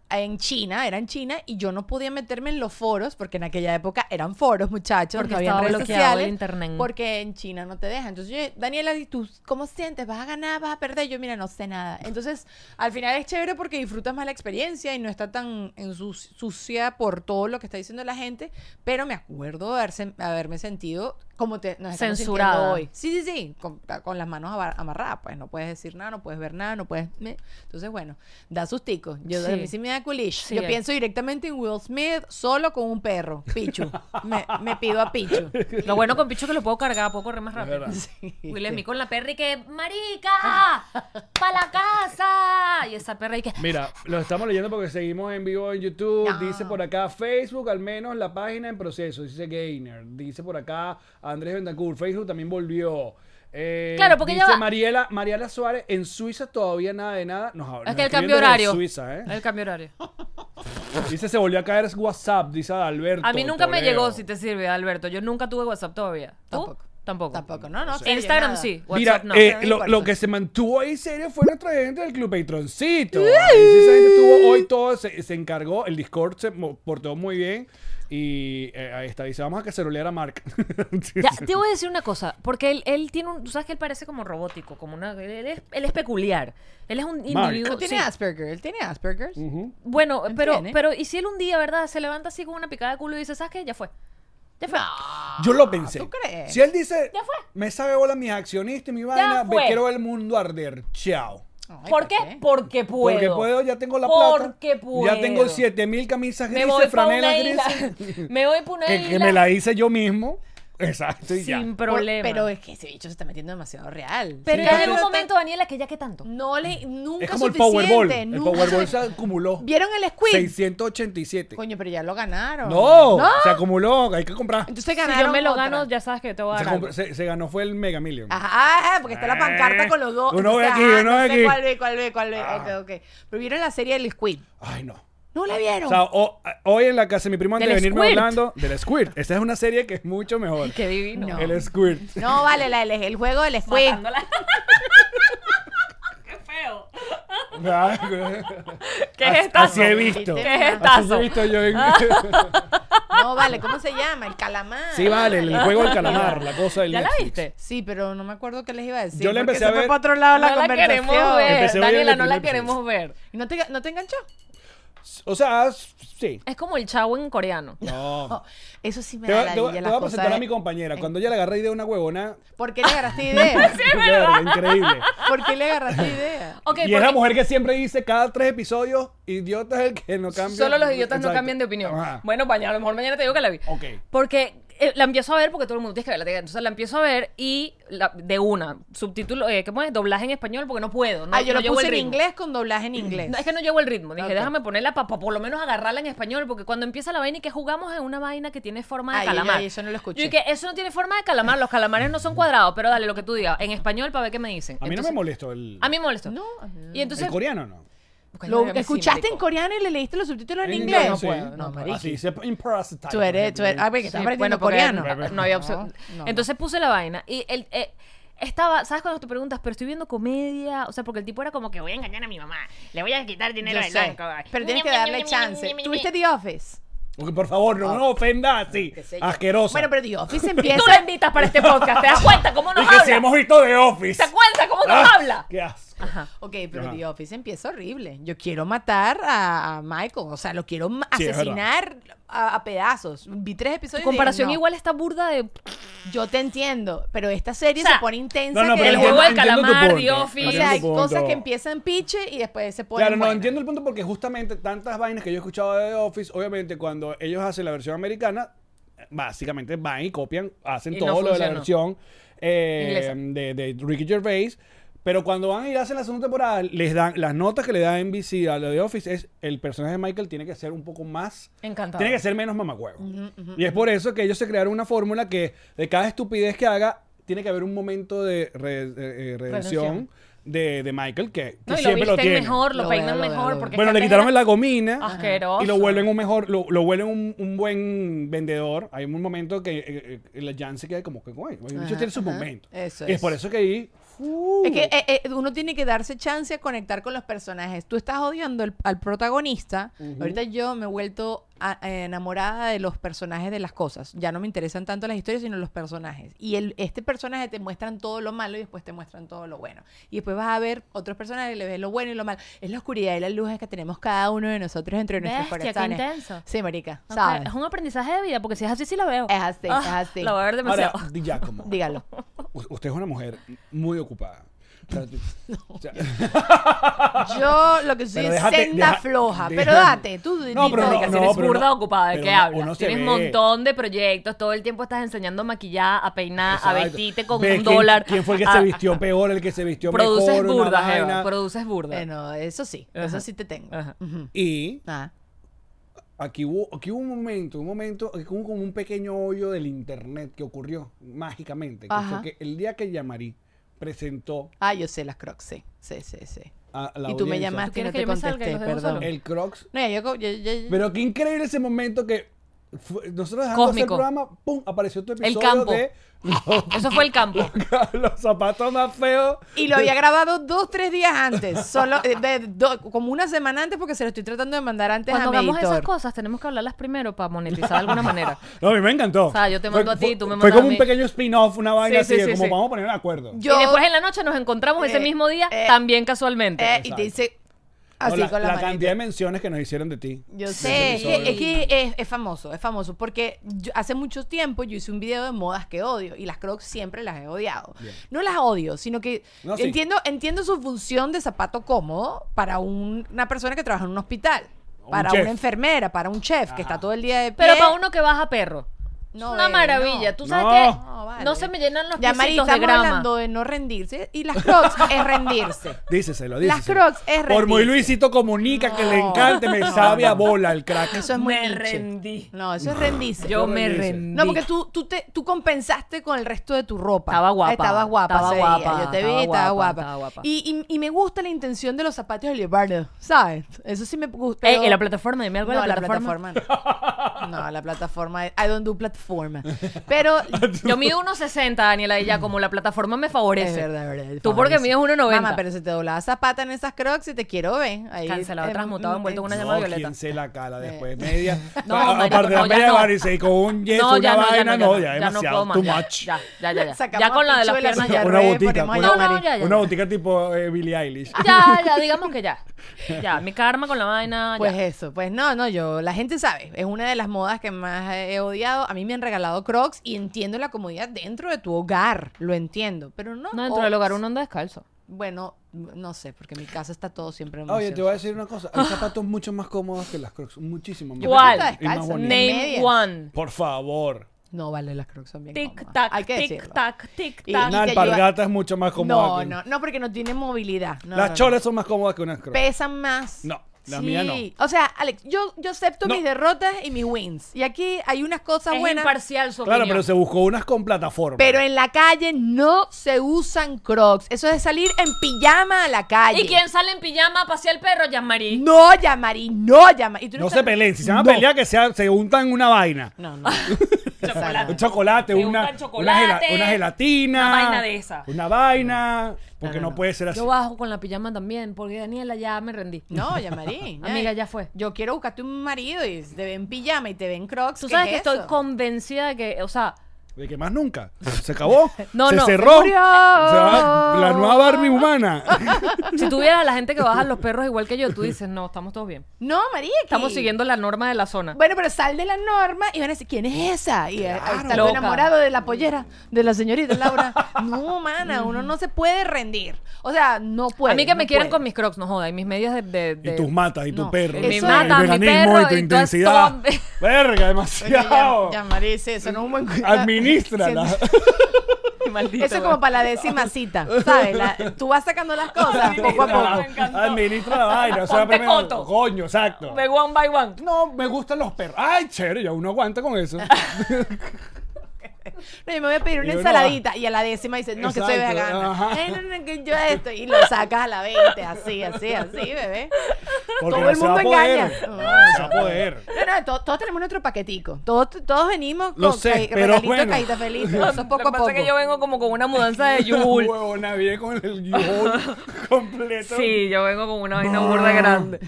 en China, era en China, y yo no podía meterme en los foros, porque en aquella época eran foros, muchachos, Porque no había estaba redes bloqueado sociales, el internet. Porque en China no te dejan. Entonces, yo, Daniela, ¿y ¿tú cómo sientes? ¿Vas a ganar? ¿Vas a perder? Yo, mira, no sé nada. Entonces, al final es chévere porque disfrutas más la experiencia y no está tan ensu- sucia por todo lo que está diciendo la gente, pero me acuerdo de haberse- haberme sentido como te, nos estamos sintiendo Censurada. hoy. Sí, sí, sí, con, con las manos aba- amarradas, pues no puedes decir nada, no puedes ver nada, no puedes... me- Entonces, bueno, da susticos. Yo Sí. a mí sí me da culish. Sí, Yo hay. pienso directamente en Will Smith solo con un perro, Pichu. me, me pido a Pichu. Lo bueno con Picho que lo puedo cargar, puedo correr más rápido. verdad. Will Smith con la perra y que, marica, pa' la casa. Y esa perra y que, Mira, lo estamos leyendo porque seguimos en vivo en YouTube. Dice por acá Facebook, al menos la página en proceso. Dice Gainer. Dice por acá Andrés Bentancur. Facebook también volvió. Eh, Claro, porque ya dice va. Mariela, Mariela Suárez, en Suiza todavía nada de nada. Nos, nos es que el escriben cambio desde horario. Suiza, ¿eh? El cambio horario. Dice se volvió a caer WhatsApp, dice Alberto. A mí nunca me Toreo. llegó, si te sirve, Alberto. Yo nunca tuve WhatsApp todavía. ¿Tú? Tampoco. Tampoco. Tampoco, no, no. serio, Instagram nada. sí, Mira, WhatsApp no. pues. eh, No lo, importa. lo que se mantuvo ahí serio fue nuestra gente del Club Patroncito. Dice, Esa gente tuvo hoy todo, se, se encargó, el Discord se mo- portó muy bien. Y eh, ahí está, dice, vamos a cacerolear a Mark. Ya, te voy a decir una cosa, porque él, él tiene un, tú sabes que él parece como robótico, como una, él es, él es peculiar, él es un individuo. No tiene sí. Mm. Asperger, él tiene Asperger. Bueno, pero, tiene. pero, y si él un día, ¿verdad? Se levanta así con una picada de culo y dice, ¿sabes qué? Ya fue. Ya fue. Yo lo pensé. ¿tú crees? Si él dice, Ah, Ya fue. me sabe bola mis accionistas y mi vaina, me fue. quiero ver el mundo arder. Chao. Ay, ¿Por qué? Porque puedo. Porque puedo, ya tengo la plata. Porque puedo. Ya tengo 7000 camisas Me grises, voy para franelas una isla. grises. Me voy para una que, isla. que me la hice yo mismo. Exacto, y ya. Sin Por- problema. Pero es que ese bicho se está metiendo demasiado real. Pero Sí, ya en no un está- momento, Daniela, que ya que tanto. No le, nunca Es como el suficiente, Powerball. El nunca Powerball sufic- se acumuló. ¿Vieron el squid? 687. Coño, pero ya lo ganaron. No, se acumuló, hay que comprar. Entonces Si ganaron yo me lo otra. gano, ya sabes que te voy a Se, dar. comp- algo. se- se ganó fue el Mega Million. Ajá, ajá, porque está la pancarta con los dos. Eh, Uno ve Entonces, aquí, ajá, uno no ve sé aquí. Ah. ¿Cuál ve, cuál ve, cuál ve? Ok, ok. Pero vieron la serie del Squid. Ay, no. ¿No la vieron? O sea, o- hoy en la casa de mi primo antes de Del venirme Squirt. hablando del Squirt. Esta es una serie que es mucho mejor. Qué divino. No. El Squirt. no, vale, la, el, el juego del Squid. Matándola. Qué feo. Ay, güey. Qué ¿Qué es esta? Así he visto. ¿Qué ¿Viste? Así es he estazo? visto yo en... No, vale, ¿cómo se llama? El calamar. Sí, vale, el juego del calamar, la cosa del ¿Ya la Netflix. viste? Sí, pero no me acuerdo qué les iba a decir. Yo la porque empecé se a fue ver- para otro lado la no la conversación. queremos ver. Empecé a ver Daniela, el no la primer queremos ver. ¿Y ¿No te, ¿No te enganchó? O sea, sí. Es como el chavo en coreano. No. Eso sí me Te, da va- la te va- te voy a presentar a mi compañero. compañera. Cuando ya le agarré idea a una huevona. ¿eh? ¿Por qué le agarraste idea? verga, increíble. ¿Por qué le agarraste idea? Ok, y es la porque- mujer que siempre dice cada tres episodios, idiota es el que no cambia. Solo los idiotas no Exacto. cambian de opinión. Ajá. Bueno, mañana, a lo mejor mañana te digo que la vi. Ok. Porque eh, la empiezo a ver porque todo el mundo tiene que verla. Entonces la empiezo a ver y la- de una, subtítulo, eh, ¿cómo es? Doblaje en español porque no puedo. No, ah, no yo lo llevo puse el en ritmo. inglés con doblaje en inglés. No, es que no llevo el ritmo. Dije, Ok. déjame ponerla para por lo menos agarrarla en español, porque cuando empieza la vaina y que jugamos es una vaina que tiene forma de Ay, calamar. ay, eso no lo escuché. Yo dije, eso no tiene forma de calamar, los calamares no son cuadrados, pero dale lo que tú digas, en español para ver qué me dicen. A mí no me molestó el, A mí me molestó. No, Y entonces... el coreano, ¿no? Porque Lo yo me escuchaste sí, en coreano y le leíste los subtítulos en, En inglés. inglés, sí. no, marica. Así dice impressive. Tú eres, tú eres. Ah, porque estás Sí, bueno, aprendiendo porque coreano. no- No había opción. No, no. Entonces puse la vaina y el... eh, estaba, ¿sabes cuando tú preguntas? Pero estoy viendo comedia. O sea, porque el tipo era como que voy a engañar a mi mamá. Le voy a quitar dinero Yo del sé. banco. Pero tienes que darle chance. ¿Tuviste The Office? Porque por favor, Ah, no me ofendas así. Asquerosa. Bueno, pero The Office Tú empieza. la invitas para este podcast. ¿Te das cuenta cómo nos y que si habla? hemos visto The Office. ¿Te das cuenta cómo nos Ah, habla? Qué asco. Ok, pero Ajá. The Office empieza horrible. Yo quiero matar a, a Michael. O sea, lo quiero ma- Sí, es asesinar a, a pedazos. Vi tres episodios. Tu y comparación dije, no, igual está burda de... Yo te entiendo, pero esta serie O sea, se pone intensa. No, no, que pero El de juego verdad- del entiendo- entiendo tu calamar, punto. The Office. O sea, hay Entiendo tu cosas punto. que empiezan piche y después se ponen. Claro, no, buenas. entiendo el punto porque justamente tantas vainas que yo he escuchado de The Office, obviamente cuando ellos hacen la versión americana, básicamente van y copian, hacen Y no todo lo de la funcionó. versión eh, Inglesa. de, de Ricky Gervais, pero cuando van a ir a hacer la segunda temporada, les dan las notas que le da NBC a lo de Office es el personaje de Michael tiene que ser un poco más... Encantado. Tiene que ser menos mamacuevo. Y es por eso que ellos se crearon una fórmula que de cada estupidez que haga, tiene que haber un momento de re- eh, eh, redención Redención. de, de Michael, que, que No, y lo siempre lo visten tiene. mejor, lo, Lo veo, peinan lo veo, mejor. lo veo. porque Bueno, es le que quitaron antes la gomina era Asqueroso. y lo vuelven un mejor, lo, lo vuelven un, un buen vendedor. Hay un momento que eh, eh, la Jan se queda como que, güey, el bicho Ajá, tiene su ajá. momento. Eso y es. es. por eso que ahí, ¡uh! Es que eh, eh, uno tiene que darse chance a conectar con los personajes. Tú estás odiando el- al protagonista. Ahorita yo me he vuelto a- eh, enamorada de los personajes de las cosas. Ya no me interesan tanto las historias, sino los personajes. Y el, este personaje te muestran todo lo malo y después te muestran todo lo bueno. Y después vas a ver otros personajes y le ves lo bueno y lo malo. Es la oscuridad y las luces que tenemos cada uno de nosotros entre nuestros Bestia, qué corazones. intenso. Sí, marica. Ok, ¿Sabes? Es un aprendizaje de vida, porque si es así, sí la veo. Es así, es así. La voy a ver ahora, demasiado. Di Giacomo, Dígalo. u- usted es una mujer muy ocupada. O sea, tú- o sea, Yo lo que soy Pero es déjate- senda deja- floja. deja- pero date, tú di- No, di- pero no, Marica, si eres pero burda no- ocupada, ¿de pero qué uno- hablas? uno se Tienes un ve. montón de proyectos, todo el tiempo estás enseñando a maquillar, a peinar, a exacto. vestirte con Ves un quién- dólar. ¿Quién fue el que a- se vistió peor, el que se vistió Produces mejor? una burda, Eva, vaina? produces burda. Bueno, eso sí, Ajá. eso sí te tengo. Ajá. Ujú. Y Ah. Aquí hubo, aquí hubo un momento, un momento, aquí hubo como un pequeño hoyo del internet que ocurrió mágicamente. Que Ajá. fue que el día que Yamari presentó Ah, yo sé las crocs, sí. Sí, sí, sí. a la y tú me audiencia ¿Tú llamaste y quieres no que te yo me salga y contesté, los dejemos perdón. solos? el Crocs. No, ya yo, co- yo- yo- yo- Pero qué increíble ese momento que fue- nosotros dejamos el Cósmico. programa, ¡pum! apareció tu episodio campo. de Eso fue el campo. los, los zapatos más feos. Y lo había grabado dos, tres días antes. Solo, eh, de- do- como una semana antes, porque se lo estoy tratando de mandar antes Cuando a mi hagamos esas editor. cosas, tenemos que hablarlas primero para monetizar de alguna manera. No, a mí me encantó. O sea, yo te mando a ti, tú Fue me mandas como a un mí. pequeño spin-off, una vaina así, Sí, sí, de sí, como sí. vamos a poner un acuerdo. Yo, y después en la noche nos encontramos ese Eh, mismo día, eh, también casualmente. eh, y te dice así No, la, con la, la manita. cantidad de menciones que nos hicieron de ti. Yo De ese sé, es que, episodio. es, que es- es famoso, es famoso, porque yo- hace mucho tiempo yo hice un video de modas que odio y las crocs siempre las he odiado. No las odio, sino que No, sí. entiendo, entiendo su función de zapato cómodo para un- una persona que trabaja en un hospital, Un para chef. una enfermera, para un chef que está todo el día de pie. Pero para uno que baja perro. No, una eh, maravilla. no. Tú sabes No. que No, no, vale. se me llenan los Ya, Mari, pisitos de estamos grama. hablando de no rendirse y las crocs es rendirse. Díceselo, díceselo. Las Crocs es Por muy rendirse. Luisito comunica que le No. encante, me No, sabe a no. bola el crack. Eso es muy me Nietzsche. rendí. No, eso es rendirse. Yo me rendirse. rendí. No, porque tú, tú, te, tú compensaste con el resto de tu ropa. Estaba guapa, Estabas guapa. estaba ese día. guapa, Yo te vi, estaba estaba, guapa, guapa. estaba guapa. Y, y, y me gusta la intención de los zapatos de Leopardo, ¿sabes? Eso sí me gusta. Ey, Eh, ¿y la plataforma? Dime algo No, de la plataforma. no. No, la plataforma. es- I don't do plataforma. Pero Yo mido 1,60, Daniela, y ya como la plataforma me favorece. Mm. Es verdad, es verdad. Tú porque mides 1,90. Mamá, pero se te doblaba zapata en esas crocs y te quiero ver. Ahí, Cancelado, eh, transmutado, mm, envuelto en eh, una No, llama violeta. ¿quién se la cala después? Media. No, a- marico, aparte de la no, ya media no. varice y con un yeso, No, ya una no, ya vaina, no, ya no, no, ya, ya no demasiado. puedo más. too Ya, much. Ya, ya, ya. Ya, Sacamos Ya con la de las pichuela, piernas ya ya. Una re, botica, ponemos una botica. la nariz. Ya, Ah. ya, Una ya. botica tipo eh, Billie Eilish. Ya, ya, digamos que ya. Ya, mi karma con la vaina. Ah, ya. Pues eso, pues no, no, yo, la gente sabe, es una de las modas que más he odiado. A mí me han regalado crocs y entiendo la comodidad dentro de tu hogar, lo entiendo, pero no. No, dentro o- del hogar uno anda descalzo. Bueno, no sé, porque en mi casa está todo siempre Ah, Oye, te voy a ocioso. decir una cosa. Hay zapatos mucho más cómodos que las Crocs. Muchísimo más. Yo prefiero ¿Cuál? estar Y más descalza. bonitos. Ne- Name medias. one. Por favor. No, vale, las crocs son bien Tic cómodas. tac, Hay que tic decirlo. tac, tic Y- tac. Una te ayuda- alpargata es mucho más No, cómoda. que- no, no, porque no tiene movilidad. No, no, Las no. cholas son más cómodas que unas Crocs. pesan más. No, la mía no. O sea, Alex, yo, yo acepto No. mis derrotas y mis wins. Y aquí hay unas cosas es buenas. imparcial su Claro, opinión. pero se buscó unas con plataforma. Pero en la calle no se usan crocs. Eso es de salir en pijama a la calle. ¿Y quién sale en pijama a pasear el perro? Jean-Marie. No, Yamari, no, Yamari. Y tú no estás- se peleen. Si se van a No. pelear, que sea, se untan una vaina. No, no. Chocolate. Un chocolate, Se una, untan chocolate, una, gela- una gelatina. una vaina de esa. Una vaina. Porque no, puede ser así. Yo bajo con la pijama también, porque Daniela ya me rendí. No, Yamari. Amiga, ya fue. Yo quiero buscarte un marido y te ven pijama y te ven crocs. Tú ¿qué sabes es que estoy eso? convencida de que, o sea, De que más nunca. Se acabó. No, se no, se cerró. murió. Se va la nueva Barbie humana. si tuvieras a la gente que baja los perros igual que yo, tú dices, no, estamos todos bien. No, María. Estamos siguiendo la norma de la zona. Bueno, pero sal de la norma y van a decir, ¿quién es esa? Y eh, está lo Loca. enamorado de la pollera, de la señorita Laura. no, mana, uno no se puede rendir. O sea, no puede. a mí que no me quieran puede. con mis crocs, no joda, y mis medias de... de- de- Y tus matas, y tu No, perro. mi y mata, mi el veganismo, perro, y tu y todo es intensidad. todo- Verga, Oye, ya, demasiado. ya, María, dice eso no es un buen Administrala. Siento- Maldito, Eso es como güey. para la décima cita, ¿sabes? La- tú vas sacando las cosas poco a poco. encantó. Administra la vaina. O sea, Ponte primero- coto. Coño, exacto. De one by one. No, me gustan los perros. Ay, chévere, ya uno aguanta con eso. No, yo me voy a pedir una Y uno- ensaladita y a la décima dices, no, que soy Exacto, vegana. ajá. Ay, no, no, que yo esto. Y lo sacas a la 20, así, así, así, bebé. Porque Todo no el se va a mundo poder. engaña. No, no se va a poder. No, no, to- todos, tenemos nuestro paquetico. Todos, todos venimos Lo con sé, cai- pero regalito, bueno. cajita feliz. pero Eso es Lo poco a que poco. pasa es que yo vengo como con una mudanza de Yul. Huevona, viene con el yul completo. Sí, yo vengo con una vaina burda grande.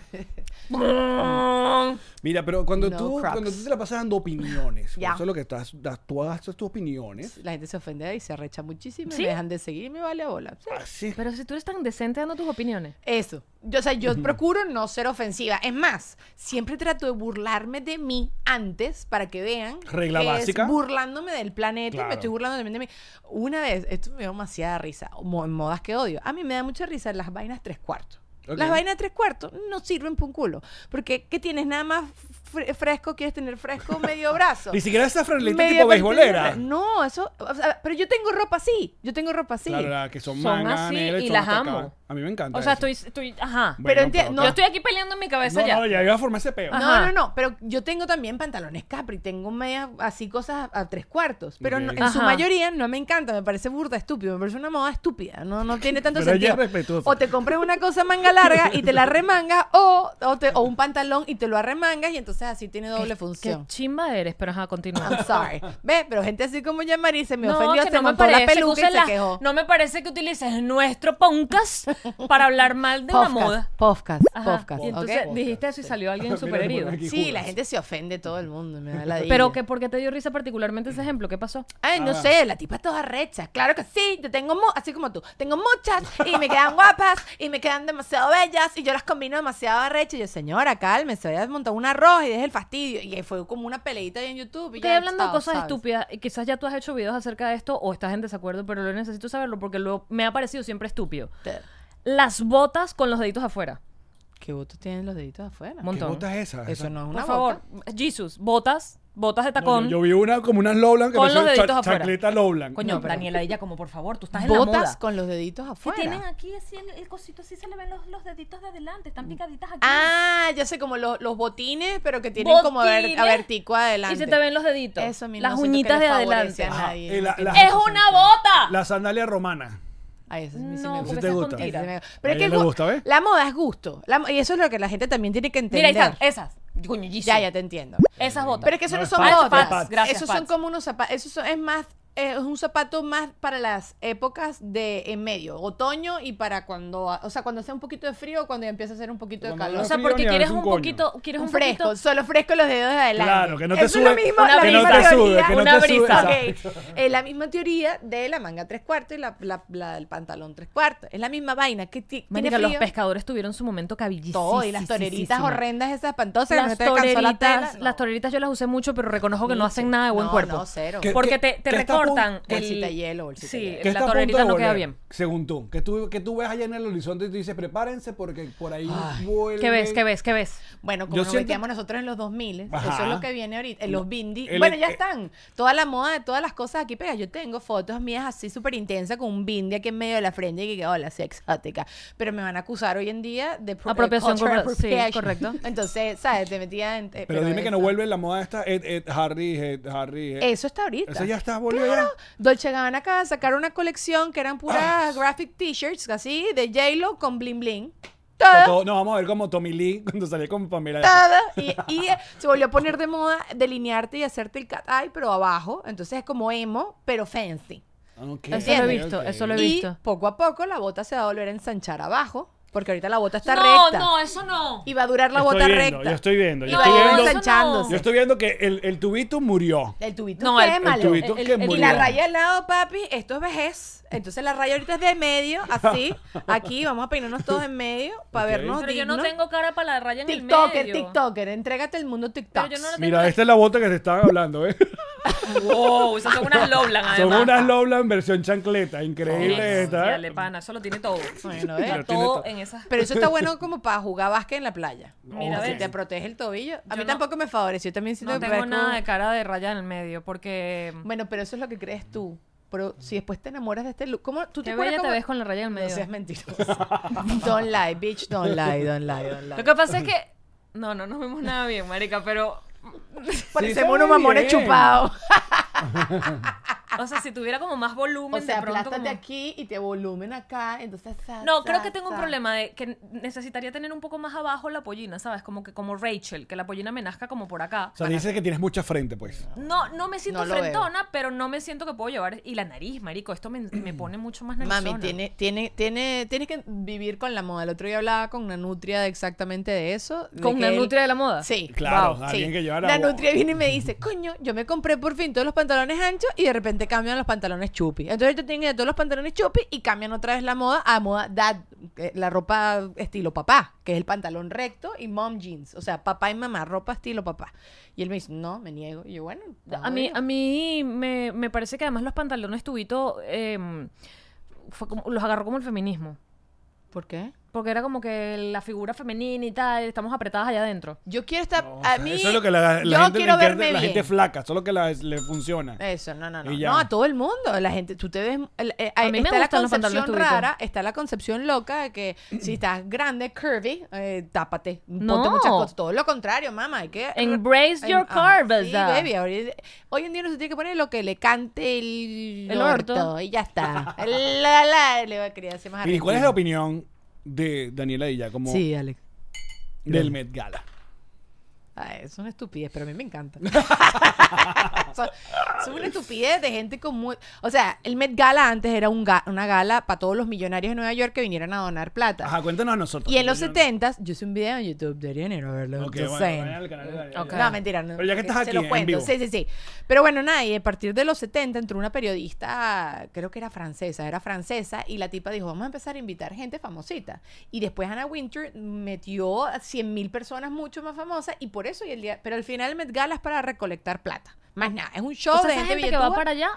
Mira, pero cuando, No tú, Crocs. cuando tú te la pasas dando opiniones, Ya. eso es lo que estás, das- tú haces tus opiniones. La gente se ofende y se arrecha muchísimo ¿Sí? y me dejan de seguir y me vale a bola. Sí. Así. Pero si tú eres tan decente dando tus opiniones. Eso. Yo, o sea, yo procuro no ser ofensiva. Es más, siempre trato de burlarme de mí antes para que vean. Regla que es básica. burlándome del planeta y Claro. me estoy burlando también de mí. Una vez, esto me dio demasiada risa. mo- en modas que odio. A mí me da mucha risa las vainas tres cuartos. Ok. Las vainas tres cuartos no sirven para un culo. Porque, ¿qué tienes? Nada más fre- fresco, quieres tener fresco medio brazo. Ni siquiera esa franelita Media tipo pantalla. beisbolera. No, eso. o sea, pero yo tengo ropa así. Yo tengo ropa así. Claro, la que son, Son manga, así negra y son las hasta amo. acá. A mí me encanta. O sea, eso. estoy, estoy, ajá. Pero enti- no, Yo estoy aquí peleando en mi cabeza No, ya. no, ya iba a formar ese peo. Ah. No, Ajá. no, no, pero yo tengo también pantalones capri, tengo medias así cosas a tres cuartos, pero no- Ok. en su Ajá. mayoría no me encanta, me parece burda, estúpido, me parece una moda estúpida, no, no tiene tanto Pero ella sentido. es respetuosa. O te compras una cosa manga larga y te la remangas, o, o, te- o un pantalón y te lo arremangas y entonces así tiene doble Qué función. chimba eres, pero ajá, continúa. I'm sorry. Ve, pero gente así como Yamari se me No, ofendió, que se no me montó la parece que peluca y uses se la- quejó. No me parece que utilices nuestro podcast para hablar mal de la Podcast, moda. Podcast, Ajá. podcast, Y ¿ok? entonces dijiste eso y salió alguien Mira, súper herido. aquí. Sí, la gente se ofende todo el mundo, me da la Pero que por qué te dio risa particularmente ese ejemplo, ¿qué pasó? Ay, Ah. no sé, la tipa toda recha. Claro que sí, yo tengo, mu- así como tú, tengo muchas y me quedan guapas y me quedan demasiado bellas y yo las combino demasiado arrecha. Y yo, señora, cálmese, voy a montar un arroz y deje el fastidio. Y ahí fue como una peleita ahí en YouTube. y Estoy ya hablando de estaba, cosas ¿sabes? estúpidas y quizás ya tú has hecho videos acerca de esto o estás en desacuerdo, pero lo necesito saberlo porque lo, me ha parecido siempre estúpido. Te- Las botas con los deditos afuera. ¿Qué votos tienen los deditos afuera? Mon- ¿Qué montón. botas esas? Eso no es una Por favor, bota. Jesus, botas, botas de No, tacón. yo, yo vi una como unas Lowland que Con parecían los deditos cha- afuera. chacleta Lowland. Coño, No, pero- Daniela, ella como por favor, tú estás en la Botas moda. con los deditos Que afuera. tienen aquí así el, el cosito, así se le ven los, los deditos de adelante, están picaditas aquí. Ah, ya sé, como lo- los botines, pero que tienen como a, ver, Botines. a vertico adelante. Y se te ven los deditos. Eso a mí Las no siento que uñitas le de favorece adelante. a Ajá. nadie, Y la- no la- tiene- ¡Es una bota! La sandalia romana. Ay, eso es mi sí No, me porque ¿Sí te esa es gusta? Ese mentira. me- Pero ella es que el le gu- gusta, ¿ves? la moda es gusto. La mo- y eso es lo que la gente también tiene que entender. Mira, ahí están, esas. Coño, Jesus. ya, ya te entiendo. Esas botas. Pero es que eso no, es son pants, botas. pants, gracias, esos son pants. como unos zapatos. Eso es más eh, es un zapato más para las épocas de en medio, otoño y para cuando, o sea, cuando hace un poquito de frío o cuando ya empieza a hacer un poquito de Cuando calor. O haga sea, frío porque ni hagas quieres un un coño. poquito, quieres un un fresco, poquito solo fresco los dedos de adelante. Claro, que no te Eso sube- es lo mismo, una la brisa. misma Que no te sube, teoría. que no te sube, Ok. Es la misma teoría de la manga tres cuartos y la, la- la del pantalón tres cuartos. Es la misma vaina. Que ti- tiene Marica, los frío, pescadores tuvieron su momento cabillísimo. Todo, y las toreritas horrendas esas espantosas. que no Las te alcanzó la toreritas, tela, las no. toreritas yo las usé mucho, pero reconozco que no hacen nada de buen No, cuerpo. no, cero. ¿Qué- Porque qué te, te está a recortan. punto- el- Bolsita de hielo, bolsita de Sí, hielo. Que está a la punto de torerita no queda volver, bien. Según tú. Que, tú. que tú ves allá en el horizonte y tú dices, prepárense porque por ahí vuelve. ¿Qué ves? ¿Qué ves? ¿Qué ves? Bueno, como Yo nos siento- metíamos nosotros en los 2000, eso Ajá. es lo que viene ahorita, en los bindi. El- bueno, ya eh, están. Toda la moda de todas las cosas aquí pegadas. Yo tengo fotos mías así súper intensas con un bindi aquí en medio de la frente y que, hola, soy exótica. Pero me van a acusar hoy en día de pro- eh, Apropiación cultural corre- sí, appropriation. correcto. Entonces, ¿sabes? Te metía en. eh, Pero dime que no eso- vuelve la moda esta Ed, Ed Harry, Ed Harry. Ed. Eso está ahorita. Eso ya está, volvió Claro. ya. Dolce Gabbana acaba de sacar una colección que eran puras Ah. graphic t-shirts así de J-Lo con bling bling. O sea, Todo. todo- no, vamos a ver como Tommy Lee cuando salió con Pamela. Ah. todo, Y, y, eh, se volvió a poner de moda delinearte y hacerte el cat eye, pero abajo. Entonces es como emo, pero fancy. Ah, Ok, Eso lo he ok, visto, ok. eso lo he Y visto. poco a poco la bota se va a volver a ensanchar abajo, porque ahorita la bota está no, recta. no, eso no. Y va a durar la Yo estoy bota viendo, recta. Yo estoy viendo, yo Y va estoy a ir No, viendo. eso ensanchándose. Yo estoy viendo que el, el tubito murió. El tubito No, es el- el malo. tubito que y murió. la raya al lado, papi, esto es vejez. Entonces la raya ahorita es de medio, así. Aquí vamos a peinarnos todos en medio para Ok. vernos. Pero yo no dignos. tengo cara para la raya en el TikToker, medio. TikToker, entrégate el mundo TikTok. Pero yo no lo tengo. Mira, esta es la bota que te estaban hablando, ¿eh? Wow, esas son unas Loblan Son además. unas Loblan versión chancleta. Increíble esta. Dale, pana, eso lo tiene todo. Bueno, Está eh, todo tiene todo. en esas. Pero eso está bueno como para jugar básquet en la playa. Mira, Si ves. te protege el tobillo. A Yo mí no- tampoco me favoreció. También siento No que tengo parezco- nada de cara de raya en el medio, porque. Bueno, pero eso es lo que crees tú. Pero si después te enamoras de este look, ¿cómo tú te Qué acuerdas bella te cómo- ves con la raya en el No medio. seas mentirosa. don't lie, bitch, don't lie, don't lie, don't Lo lie. que pasa es que. No, no nos vemos nada bien, marica, pero. Parecemos se ve unos mamones bien. chupados. O sea, si tuviera como más O volumen sea, de pronto. aplástate como- aquí y te volumen acá, entonces... sa, No, sa, creo que tengo un sa. problema de que necesitaría tener un poco más abajo la pollina, ¿sabes? Como que como Rachel, que la pollina me nazca como por acá. O sea, dices que tienes mucha frente, pues. No, no me siento No lo veo. frentona, pero no me siento que puedo llevar. Y la nariz, marico, esto me, me pone mucho más narizona. Mami, tiene, tiene, tiene, tienes que vivir con la moda. El otro día hablaba con una nutria de exactamente de eso. de ¿Con que una él- nutria de la moda? Sí. Claro, Wow, alguien sí. que llevara- La nutria viene y me dice, coño, yo me compré por fin todos los pantalones anchos y de repente cambian los pantalones chupi. Entonces te tienen que todos los pantalones chupi y cambian otra vez la moda a moda dad, eh, la ropa estilo papá, que es el pantalón recto y mom jeans. O sea, papá y mamá, ropa estilo papá. Y él me dice, no, me niego. Y yo, bueno. A mí, a mí me, me parece que además los pantalones tubito em, fue como- los agarró como el feminismo. ¿Por qué? Porque era como que la figura femenina y tal, estamos apretadas allá adentro. Yo quiero estar... O a sea, mí... eso es lo que la, la yo gente, quiero le entiende, verme la bien. Eh, gente flaca, solo que la- le funciona. Eso, no, no, no. Y ya. No, a todo el mundo. La gente, tú te ves. el- eh, A mí me está la gustan los pantalones concepción tubitos. rara, está la concepción loca de que si estás grande, curvy, eh, tápate. Ponte No. muchas cosas. Todo lo contrario, mamá. Hay que. Embrace Em- your ajá. curves, Sí, da. baby. Hoy, hoy en día no se tiene que poner lo que le cante el, El orto. orto. Y ya está. la, la, le va a querer hacer más ¿Y cuál es la argentina. opinión de Daniela Illa como Sí, Alex. del Met Gala? Ay, Ah, es una estupidez, pero a mí me encanta. son, son una estupidez de gente con muy... O sea, el Met Gala antes era un ga- una gala para todos los millonarios de Nueva York que vinieran a donar plata. Ajá, cuéntanos a nosotros. Y en los Yo- 70 yo hice un video en YouTube, deberían ir a verlo. Ok, just bueno, saying. vayan al canal de Daniela Illa. Ok. No, mentira. No, Pero ya que estás se aquí, los en cuento. vivo. Sí, sí, sí. Pero bueno, nada, y a partir de los 70 entró una periodista, creo que era francesa, era francesa, y la tipa dijo, vamos a empezar a invitar gente famosita. Y después Anna Winter metió a 100 mil personas mucho más famosas, y por eso, y el día, pero al final el Met Gala es para recolectar plata. Más nada, es un show O sea, de esa gente, gente que va billetuda para allá,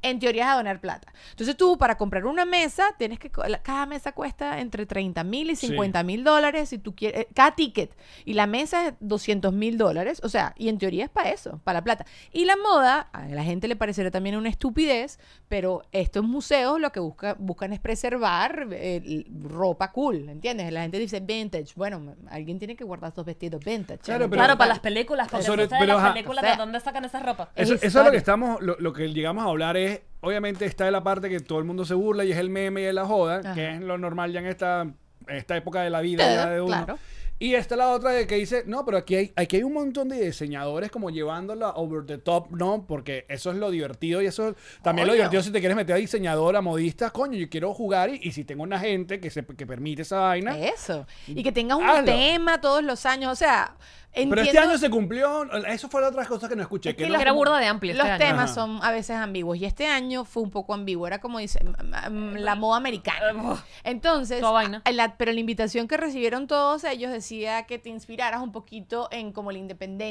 en teoría es a donar plata. Entonces tú para comprar una mesa, tienes que, co- la- cada mesa cuesta entre 30 mil y Sí. 50 mil dólares, si tú quieres, eh, cada ticket. Y la mesa es 200 mil dólares, o sea, y en teoría es para eso, para la plata. Y la moda, a la gente le parecerá también una estupidez, pero estos museos lo que busca- buscan es preservar eh, l- ropa cool, ¿entiendes? La gente dice vintage, bueno, m- alguien tiene que guardar estos vestidos vintage. Claro, Pero- eh, claro, para las películas, porque Sobre- no sé de pero, las ajá, películas o sea, de dónde sacan esas ropas. Es Eso, eso es lo que historia. estamos, lo, lo que llegamos a hablar es, obviamente está la parte que todo el mundo se burla y es el meme y es la joda, Ajá. que es lo normal ya en esta, esta época de la vida ya de uno. claro. Y está la otra de que dice, no, pero aquí hay, aquí hay un montón de diseñadores como llevándola over the top, ¿no? Porque eso es lo divertido y eso es- también lo Coño. divertido si te quieres meter a diseñadora, modista, coño, yo quiero jugar y, y si tengo una gente que, se, que permite esa vaina. Eso. Y que tengas un Hazlo. tema todos los años. O sea, entiendo. Pero este año se cumplió, eso fue la otra cosa que no escuché. es que que no- los- Era burda de amplio Los este año. temas Ajá. son a veces ambiguos. Y este año fue un poco ambiguo. Era como dice mm, mm, Eh, la moda americana. Entonces, Toda vaina. a- la- pero la invitación que recibieron todos ellos decía que te inspiraras un poquito en como la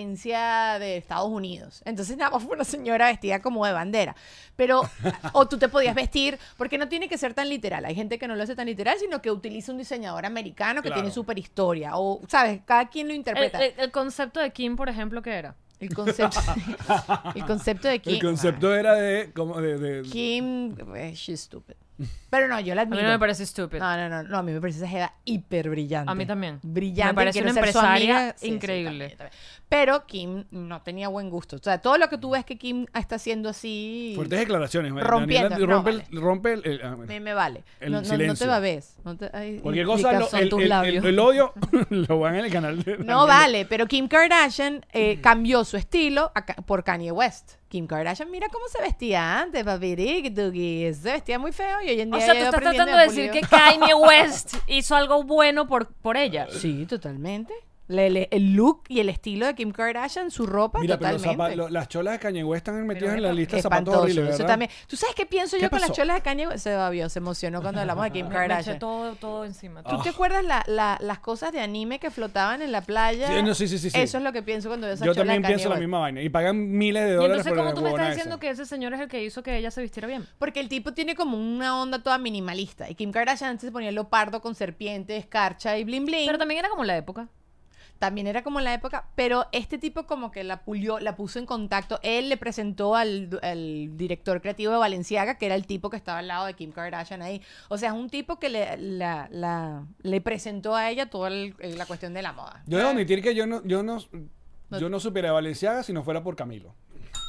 independencia de Estados Unidos. Entonces, nada más fue una señora vestida como de bandera. Pero, o tú te podías vestir, porque no tiene que ser tan literal. Hay gente que no lo hace tan literal, sino que utiliza un diseñador americano que Claro. tiene super historia. O, ¿sabes? Cada quien lo El, interpreta. el- el concepto de Kim, por ejemplo, ¿qué era? El concepto, el concepto de quién. El concepto era de... Como de, de- Kim, eh, she's stupid. Pero no, yo la A mí admiro. no me parece estúpido. No, no, no, no, a mí me parece esa jeva hiper brillante. A mí también. Brillante. Me parece quiero una ser su empresaria amiga. Sí, sí, increíble. también, también. Pero Kim no tenía buen gusto. O sea, todo lo que tú ves que Kim está haciendo así. Fuertes declaraciones. Daniela Rompiendo. No, rompe el- vale. rompe el- el- ah, bueno. Me, me vale. El no, no- no, te silencio. babes. No te- ay, Cualquier cosa, ricas lo- son el, tus el- el- labios. el odio lo van en el canal. de No Daniela. vale, pero Kim Kardashian eh, cambió su estilo a Ka- por Kanye West. Kim Kardashian, mira cómo se vestía antes, papi. Se vestía muy feo y hoy en día. O sea, ya tú iba estás aprendiendo tratando de pulir. decir que Kanye West hizo algo bueno por, por ella. Sí, totalmente. Le- le- el look y el estilo de Kim Kardashian, su ropa, Mira, pero los pues, totalmente. zapa- lo- las cholas de Kanye West están metidas en la lista de zapatos Espantoso, horribles, eso ¿verdad? también. ¿Tú sabes qué pienso yo ¿Qué con las pasó? cholas de Kanye West? Se babió, se emocionó cuando hablamos de Kim Me- me eché Kardashian. todo, todo encima. Ah, ¿Tú te acuerdas la- la- las cosas de anime que flotaban en la playa? Sí, no, sí, sí, sí, sí. Eso es lo que pienso cuando veo esas Yo cholas también de Kanye pienso la West. misma vaina. Y pagan miles de Y dólares entonces, por ¿cómo la tú me huevonada estás diciendo esa. que ese señor es el que hizo que ella se vistiera bien? Porque el tipo tiene como una onda toda minimalista. Y Kim Kardashian antes se ponía lo pardo con serpiente, escarcha y bling bling. Pero también era como la época. también era como la época, pero este tipo como que la pulió, la puso en contacto. Él le presentó al, du- al director creativo de Valenciaga, que era el tipo que estaba al lado de Kim Kardashian ahí. O sea, es un tipo que le, la- la- le presentó a ella toda el- el- la cuestión de la moda. Yo debo admitir que yo no, yo no, Ah. No- yo no supiera Valenciaga si no fuera por Camilo.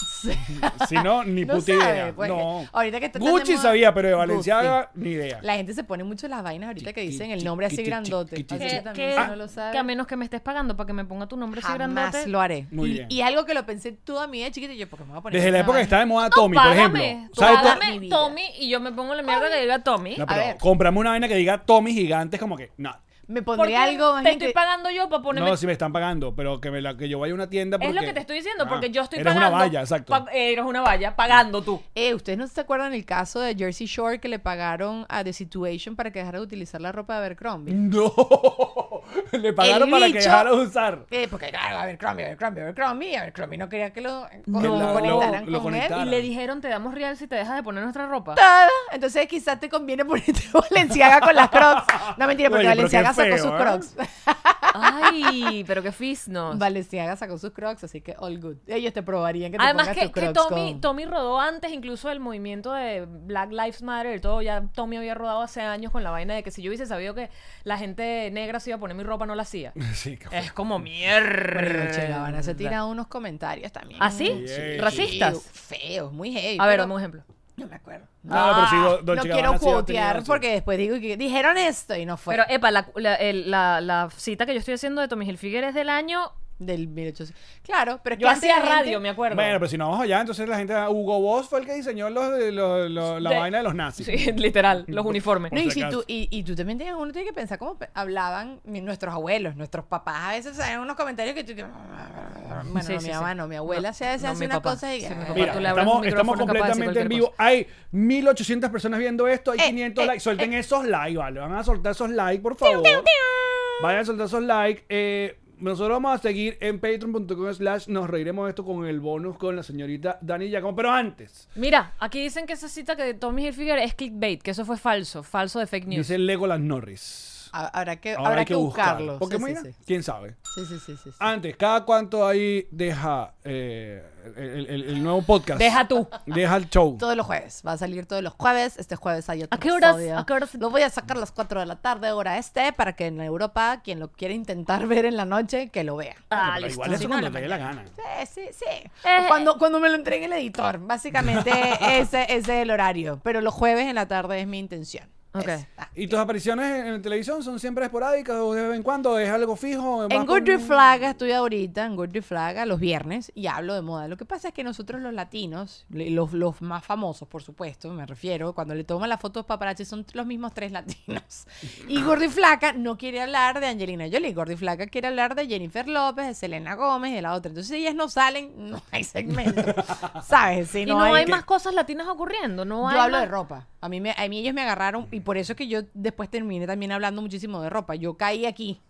si no, ni No puta sabe, idea. pues, no. ahorita que está tan de Gucci moda- sabía, pero de Gucci. Valenciaga, ni idea. La gente se pone mucho las vainas ahorita que dicen el nombre así Chiqui, grandote. chiqui, Así chiqui. yo también, Que- si no lo sabe. Que a menos que me estés pagando para que me ponga tu nombre así Jamás grandote. lo haré. Muy y, bien. y algo que lo pensé toda mi vida chiquita, yo, ¿por qué me voy a poner Desde la esa época que vaina? estaba de moda No, Tommy, por págame, ejemplo. tú ¿Sabes? To- págame Mi vida. Tommy y yo me pongo la mierda que diga Tommy. No, A pero ver. comprame una vaina que diga Tommy gigante, es como que, no. Me Porque pondré algo más te gente- estoy pagando yo para ponerme No, si me están pagando, pero que, me la, que yo vaya a una tienda porque... Es lo que te estoy diciendo, Ah, porque yo estoy eres pagando. una valla, exacto. pa- eh, eres una valla, pagando tú. Eh, ¿ustedes no se acuerdan el caso de Jersey Shore que le pagaron a The Situation para que dejara de utilizar la ropa de Abercrombie? No, le pagaron El para que bicho- dejara de usar. Eh, porque claro, Abercrombie, Abercrombie, Abercrombie, Abercrombie no quería que lo, No. lo Lo- conectaran lo con él. conectaron. Y Claro. le dijeron, te damos real si te dejas de poner nuestra ropa. Nada. Entonces quizás te conviene ponerte Valenciaga con las Crocs. No mentira, porque Oye, pero qué Valenciaga sacó feo, sus ¿eh? Crocs. Ay, pero qué fisnos. Valenciaga sacó sus Crocs, así que all good. Ellos te probarían que te Además pongas que, tus que Crocs Tommy, con- Tommy rodó antes incluso el movimiento de Black Lives Matter y todo, ya Tommy había rodado hace años con la vaina de que si yo hubiese sabido que la gente negra se iba a poner mi ropa, no la hacía. Sí, cabrón. es como mierda. Rioche, la Habana se tira unos comentarios también. ¿Ah, sí? Mm, Sí. ¿Racistas? Feos, muy heavy. A ver, pero- dame un ejemplo. No me acuerdo. No, pero ah, sí, Do- Dolce no Gabbana quiero sí lo tenía, quotear sí. porque después digo que dijeron esto y no fue. Pero, eh, epa, la, la- el- la- la cita que yo estoy haciendo de Tommy Hilfiger es del año... del 1800. Claro, pero es Yo que antes hacía la gente- radio, me acuerdo. Bueno, pero si no vamos allá, entonces la gente... Hugo Boss fue el que diseñó los, de- los- los- la De- vaina de los nazis. Sí, literal, los uniformes. No, Por y, si si tú, acaso. y, y tú también tienes, uno tiene que pensar cómo pe- hablaban mi- nuestros abuelos, nuestros papás. A veces salen unos comentarios que tú. que- Bueno, Sí, no, sí, sí. mi mamá no, mi abuela No, se hace, no, hace mi una papá. cosa y. Sí, mi papá. Mira, Tú le abres estamos, el micrófono estamos capaz de decir completamente en cualquier vivo. cosa. Hay 1800 personas viendo esto, hay Eh, 500 eh, likes. Suelten esos likes, vale. Van a soltar esos likes, por favor. Vayan a soltar esos likes. Eh, nosotros vamos a seguir en patreon.com slash nos reiremos de esto con el bonus con la señorita Dani Giacomo. Pero antes, Mira, aquí dicen que esa cita que de Tommy Hilfiger es clickbait, que eso fue falso, falso de fake news. Eh, dice Legolas Norris. Ah, Habrá que, Ahora habrá hay que buscarlo. Porque sí, sí, mira, Ah. sí. quién sabe. Sí, sí, sí, sí, sí. Antes, cada cuánto ahí deja eh, el, el- el nuevo podcast. Deja tú. Deja el show. Todos los jueves. Va a salir todos los jueves. Este jueves hay otro ¿A qué horas? episodio. ¿A qué horas? Lo voy a sacar a las 4 de la tarde, hora este, para que en Europa, quien lo quiera intentar ver en la noche, que lo vea. Ah, Pero listo. igual eso cuando te dé la gana. Sí, sí, sí. Eh, cuando, cuando me lo entregue el editor. Básicamente ese, ese es el horario. Pero los jueves en la tarde es mi intención. Ok. ¿Y tus apariciones en, en televisión son siempre esporádicas o de vez en cuando? ¿Es algo fijo? En ¿Vas Good con- Drip Flaga estoy ahorita, en Good Drip Flaga, los viernes, y hablo de moda. Lo que pasa es que nosotros los latinos, le- los, los más famosos, por supuesto, me refiero, cuando le toman las fotos paparazzi son los mismos tres latinos. Y Gordy Flaca no quiere hablar de Angelina Jolie, Gordy Flaca quiere hablar de Jennifer López, de Selena Gómez, de la otra. Entonces ellas no salen, no hay segmento, ¿sabes? Si y no, hay que- más cosas latinas ocurriendo. No hay yo hablo más- de ropa. A mí, me, a mí ellos me agarraron y por eso es que yo después terminé también hablando muchísimo de ropa. Yo caí aquí.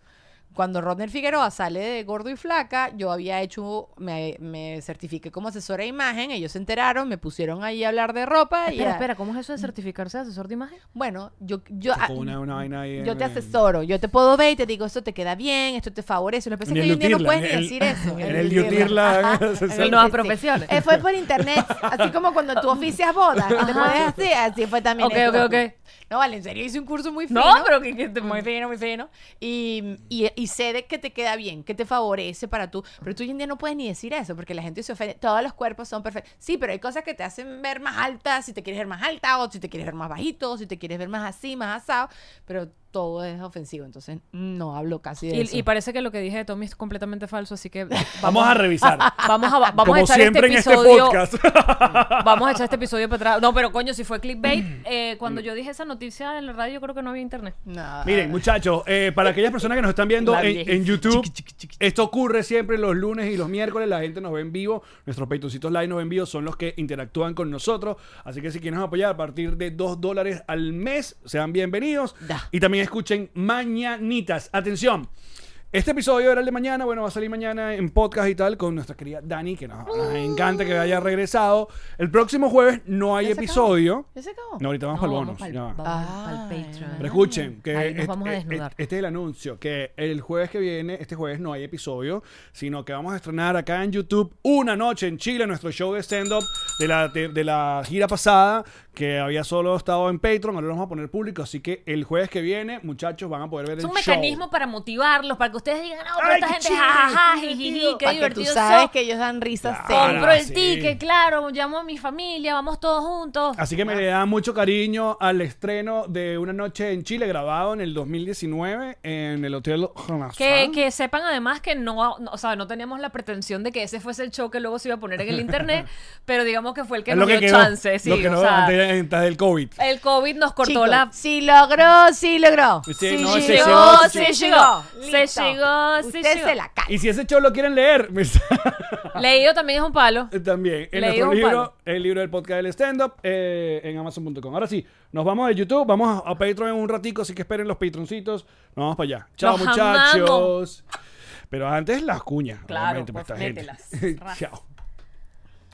Cuando Rodner Figueroa sale de Gordo y Flaca, yo había hecho, me, me certifiqué como asesora de imagen, ellos se enteraron, me pusieron ahí a hablar de ropa y... Espera, a- espera, ¿cómo es eso de certificarse de asesor de imagen? Bueno, yo, yo, ah, Sacó a- una- una vaina ahí yo en- te en- asesoro, yo te puedo ver y te digo, esto te queda bien, esto te favorece. Lo que pasa En es que hoy el en día no Utirla, puedes ni en el- decir eso. en el Utirla, Ajá, en el en el Nuevas Utirla. profesiones. Eh, fue por internet, así como cuando tú oficias bodas, que te puedes hacer, así fue también. Ok, esto. ok, ok. No, vale, en serio hice un curso muy fino. No, pero que, que te- Muy fino, muy fino. Y, y, y sé de que te queda bien, que te favorece para tú. Pero tú hoy en día no puedes ni decir eso porque la gente se ofende. Todos los cuerpos son perfectos. Sí, pero hay cosas que te hacen ver más alta, si te quieres ver más alta, o si te quieres ver más bajito, o si te quieres ver más así, más asado. Pero todo es ofensivo. Entonces, no hablo casi de eso. Y, y parece que lo que dije de Tommy es completamente falso, así que Vamos a revisar. vamos a, vamos a Como echar siempre en este este episodio. podcast. vamos a echar este episodio para atrás. No, pero coño, si fue clickbait, eh, cuando yo dije esa noticia en la radio, yo creo que no había internet. No. Miren, muchachos, eh, para aquellas personas que nos están viendo La en, vieja. en YouTube, esto ocurre siempre los lunes y los miércoles. La gente nos ve en vivo. Nuestros peitoncitos live nos ven en vivo. Son los que interactúan con nosotros. Así que si quieren apoyar a partir de 2 dólares al mes, sean bienvenidos. Da. Y también escuchen Mañanitas. Atención. Este episodio era el de mañana, bueno, va a salir mañana en podcast y tal con nuestra querida Dani, que nos, nos encanta que haya regresado. El próximo jueves no hay ¿Ya se acabó? episodio. ¿Ya se acabó? No, ahorita vamos No, para el vamos bonus. pa'l- ya va. vamos Ah, pa'l es Patreon. verdad. Pero escuchen, que Ahí nos este, vamos a eh, desnudar. este es el anuncio, que el jueves que viene, este jueves no hay episodio, sino que vamos a estrenar acá en YouTube una noche en Chile nuestro show de stand-up de la, de, de la gira pasada, que había solo estado en Patreon, ahora lo vamos a poner público, así que el jueves que viene, muchachos, van a poder ver Es el un show. mecanismo para motivarlos, para que ustedes digan, no, pero Ay, esta qué gente, chévere, jajaja, qué jijiji, divertido. qué Pa' que tú divertido sabes sos. que ellos dan risas Claro. Compro el Ah, sí. ticket, claro, llamo a mi familia, vamos todos juntos. Así que me le da mucho cariño al estreno de Una Noche en Chile, grabado en el 2019 en el Hotel Renaissance. Que, que sepan además que no, no- o sea, no teníamos la pretensión de que ese fuese el show que luego se iba a poner en el internet, pero digamos que fue el que Es nos dio quedó, chance, sí, lo que o no, sea, antes, antes del COVID. el COVID nos cortó Chicos, la... Sí logró, sí logró. Sí, Sí, no, se llegó, llegó, sí se llegó. llegó. Se Listo. llegó, se Usted llegó. se la cae. Y si ese show lo quieren leer, me- Leído también es un palo. también. En Leí nuestro un libro, palo. el libro del podcast del stand-up, eh, en amazon.com. Ahora sí, nos vamos de YouTube, vamos a, a Patreon en un ratico, así que esperen los patroncitos. Nos vamos para allá. Chao, Los muchachos. amamos. Pero antes las cuñas. Claro, obviamente, para pues, esta gente. mételas. Chao.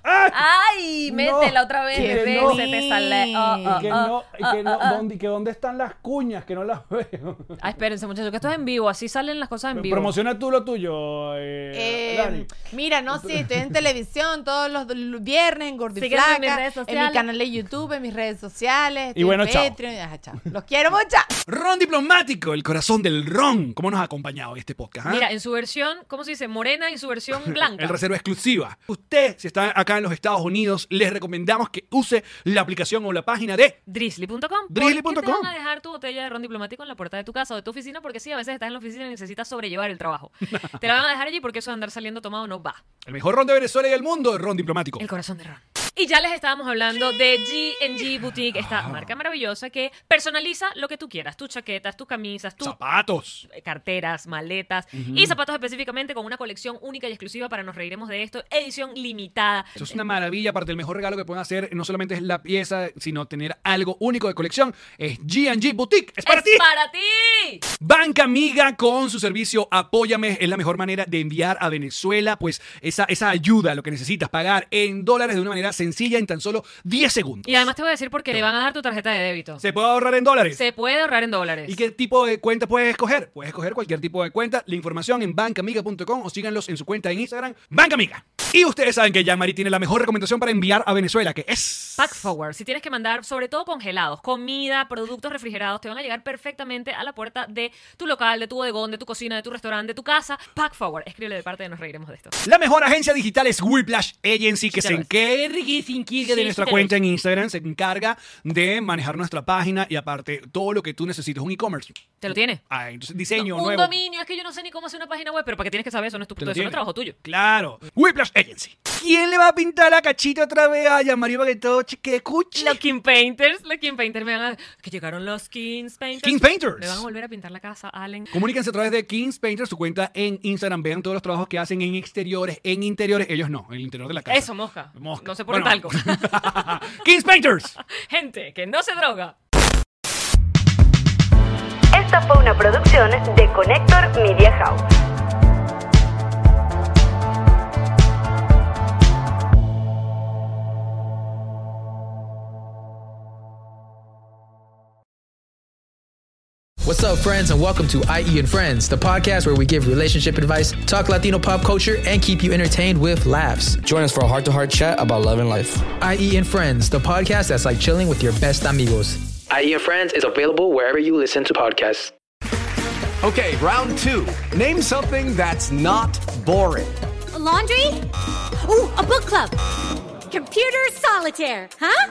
¡Ay! No, Métela otra vez, que bebé. no. Se te sale. Ah, Y ah, que ah. no, y que no, ¿dónde, que dónde están las cuñas? Que no las veo. Ah, espérense, muchachos, que esto es en vivo. Así salen las cosas en vivo. Promociona tú lo tuyo, eh, Eh, Dani. mira, no, sí, estoy en televisión todos los l- viernes en Síguenos en mis Gordiflaca, redes en, mi sociales. canal de YouTube, en mis redes sociales, estoy bueno, en chao. Patreon, ajá, chao. Los quiero mucho. Ron diplomático, el corazón del ron. ¿Cómo nos ha acompañado este podcast? ah? Mira, en su versión, ¿cómo se dice? Morena y su versión El blanca. reserva exclusiva. Usted, si está acá en los Estados Unidos, les recomendamos que use la aplicación o la página de Drizzly.com. Drizzly ¿Por qué te punto com? van a dejar tu botella de ron diplomático en la puerta de tu casa o de tu oficina? Porque sí, a veces estás en la oficina y necesitas sobrellevar el trabajo. te la van a dejar allí porque eso de andar saliendo tomado no va. el mejor ron de Venezuela y del mundo, el ron diplomático. El corazón de Ron. Y ya les estábamos hablando de G&G Boutique, esta Ah. marca maravillosa que personaliza lo que tú quieras, tus chaquetas, tus camisas, tus Zapatos. carteras, maletas y zapatos específicamente con una colección única y exclusiva para Nos Reiremos de Esto, edición limitada. Eso es una maravilla. Aparte, el mejor regalo que pueden hacer no solamente es la pieza, sino tener algo único de colección. Es GG Boutique. Es para ¡Es ti. para ti! Banca Amiga con su servicio Apóyame es la mejor manera de enviar a Venezuela pues esa, esa ayuda, lo que necesitas pagar en dólares de una manera sencilla en tan solo 10 segundos. Y además te voy a decir porque le van a dar tu tarjeta de débito. ¿Se puede ahorrar en dólares? Se puede ahorrar en dólares. ¿Y qué tipo de cuenta puedes escoger? Puedes escoger cualquier tipo de cuenta. La información en bancamiga.com o síganlos en su cuenta en Instagram, Banca Amiga. Y ustedes saben que Jean-Marie tiene la mejor recomendación para enviar a Venezuela, que es... Pack Forward, si tienes que mandar sobre todo congelados, comida, productos refrigerados, te van a llegar perfectamente a la puerta de tu local, de tu bodegón, de tu cocina, de tu restaurante, de tu casa. Pack Forward, escríbele de parte de Nos Reiremos de Esto. La mejor agencia digital es Whiplash Agency, que Sí, se claro. encarga Irfin Kirke de Sí, nuestra sí, cuenta en Instagram se encarga de manejar nuestra página y aparte todo lo que tú necesites, un e-commerce. ¿Te lo tiene? Ah, entonces diseño un nuevo. dominio, es que yo no sé ni cómo hacer una página web, pero ¿para qué tienes que saber eso? No es tu Te lo eso no tiene. es trabajo tuyo. Claro. Whiplash Agency. ¿Quién le va a pintar la cachita otra vez a Yamari Bagueto? Que escuche. Los King Painters, los King Painters me van a... Que llegaron los King Painters. King Painters. Me van a volver a pintar la casa, Allen. Comuníquense a través de Kings Painters, su cuenta en Instagram. Vean todos los trabajos que hacen en exteriores, en interiores. Ellos no, en el interior de la casa. Eso, mosca. Mosca. No se pone Bueno. talco. Kings Painters. Gente, que no se droga. Esta fue una producción de Connector Media House. What's up, friends, and welcome to IE and Friends, the podcast where we give relationship advice, talk Latino pop culture, and keep you entertained with laughs. Join us for a heart to heart chat about love and life. IE and Friends, the podcast that's like chilling with your best amigos. IE E and Friends is available wherever you listen to podcasts. Okay, round two. Name something that's not boring. laundry? Ooh, a book club. Computer solitaire, huh?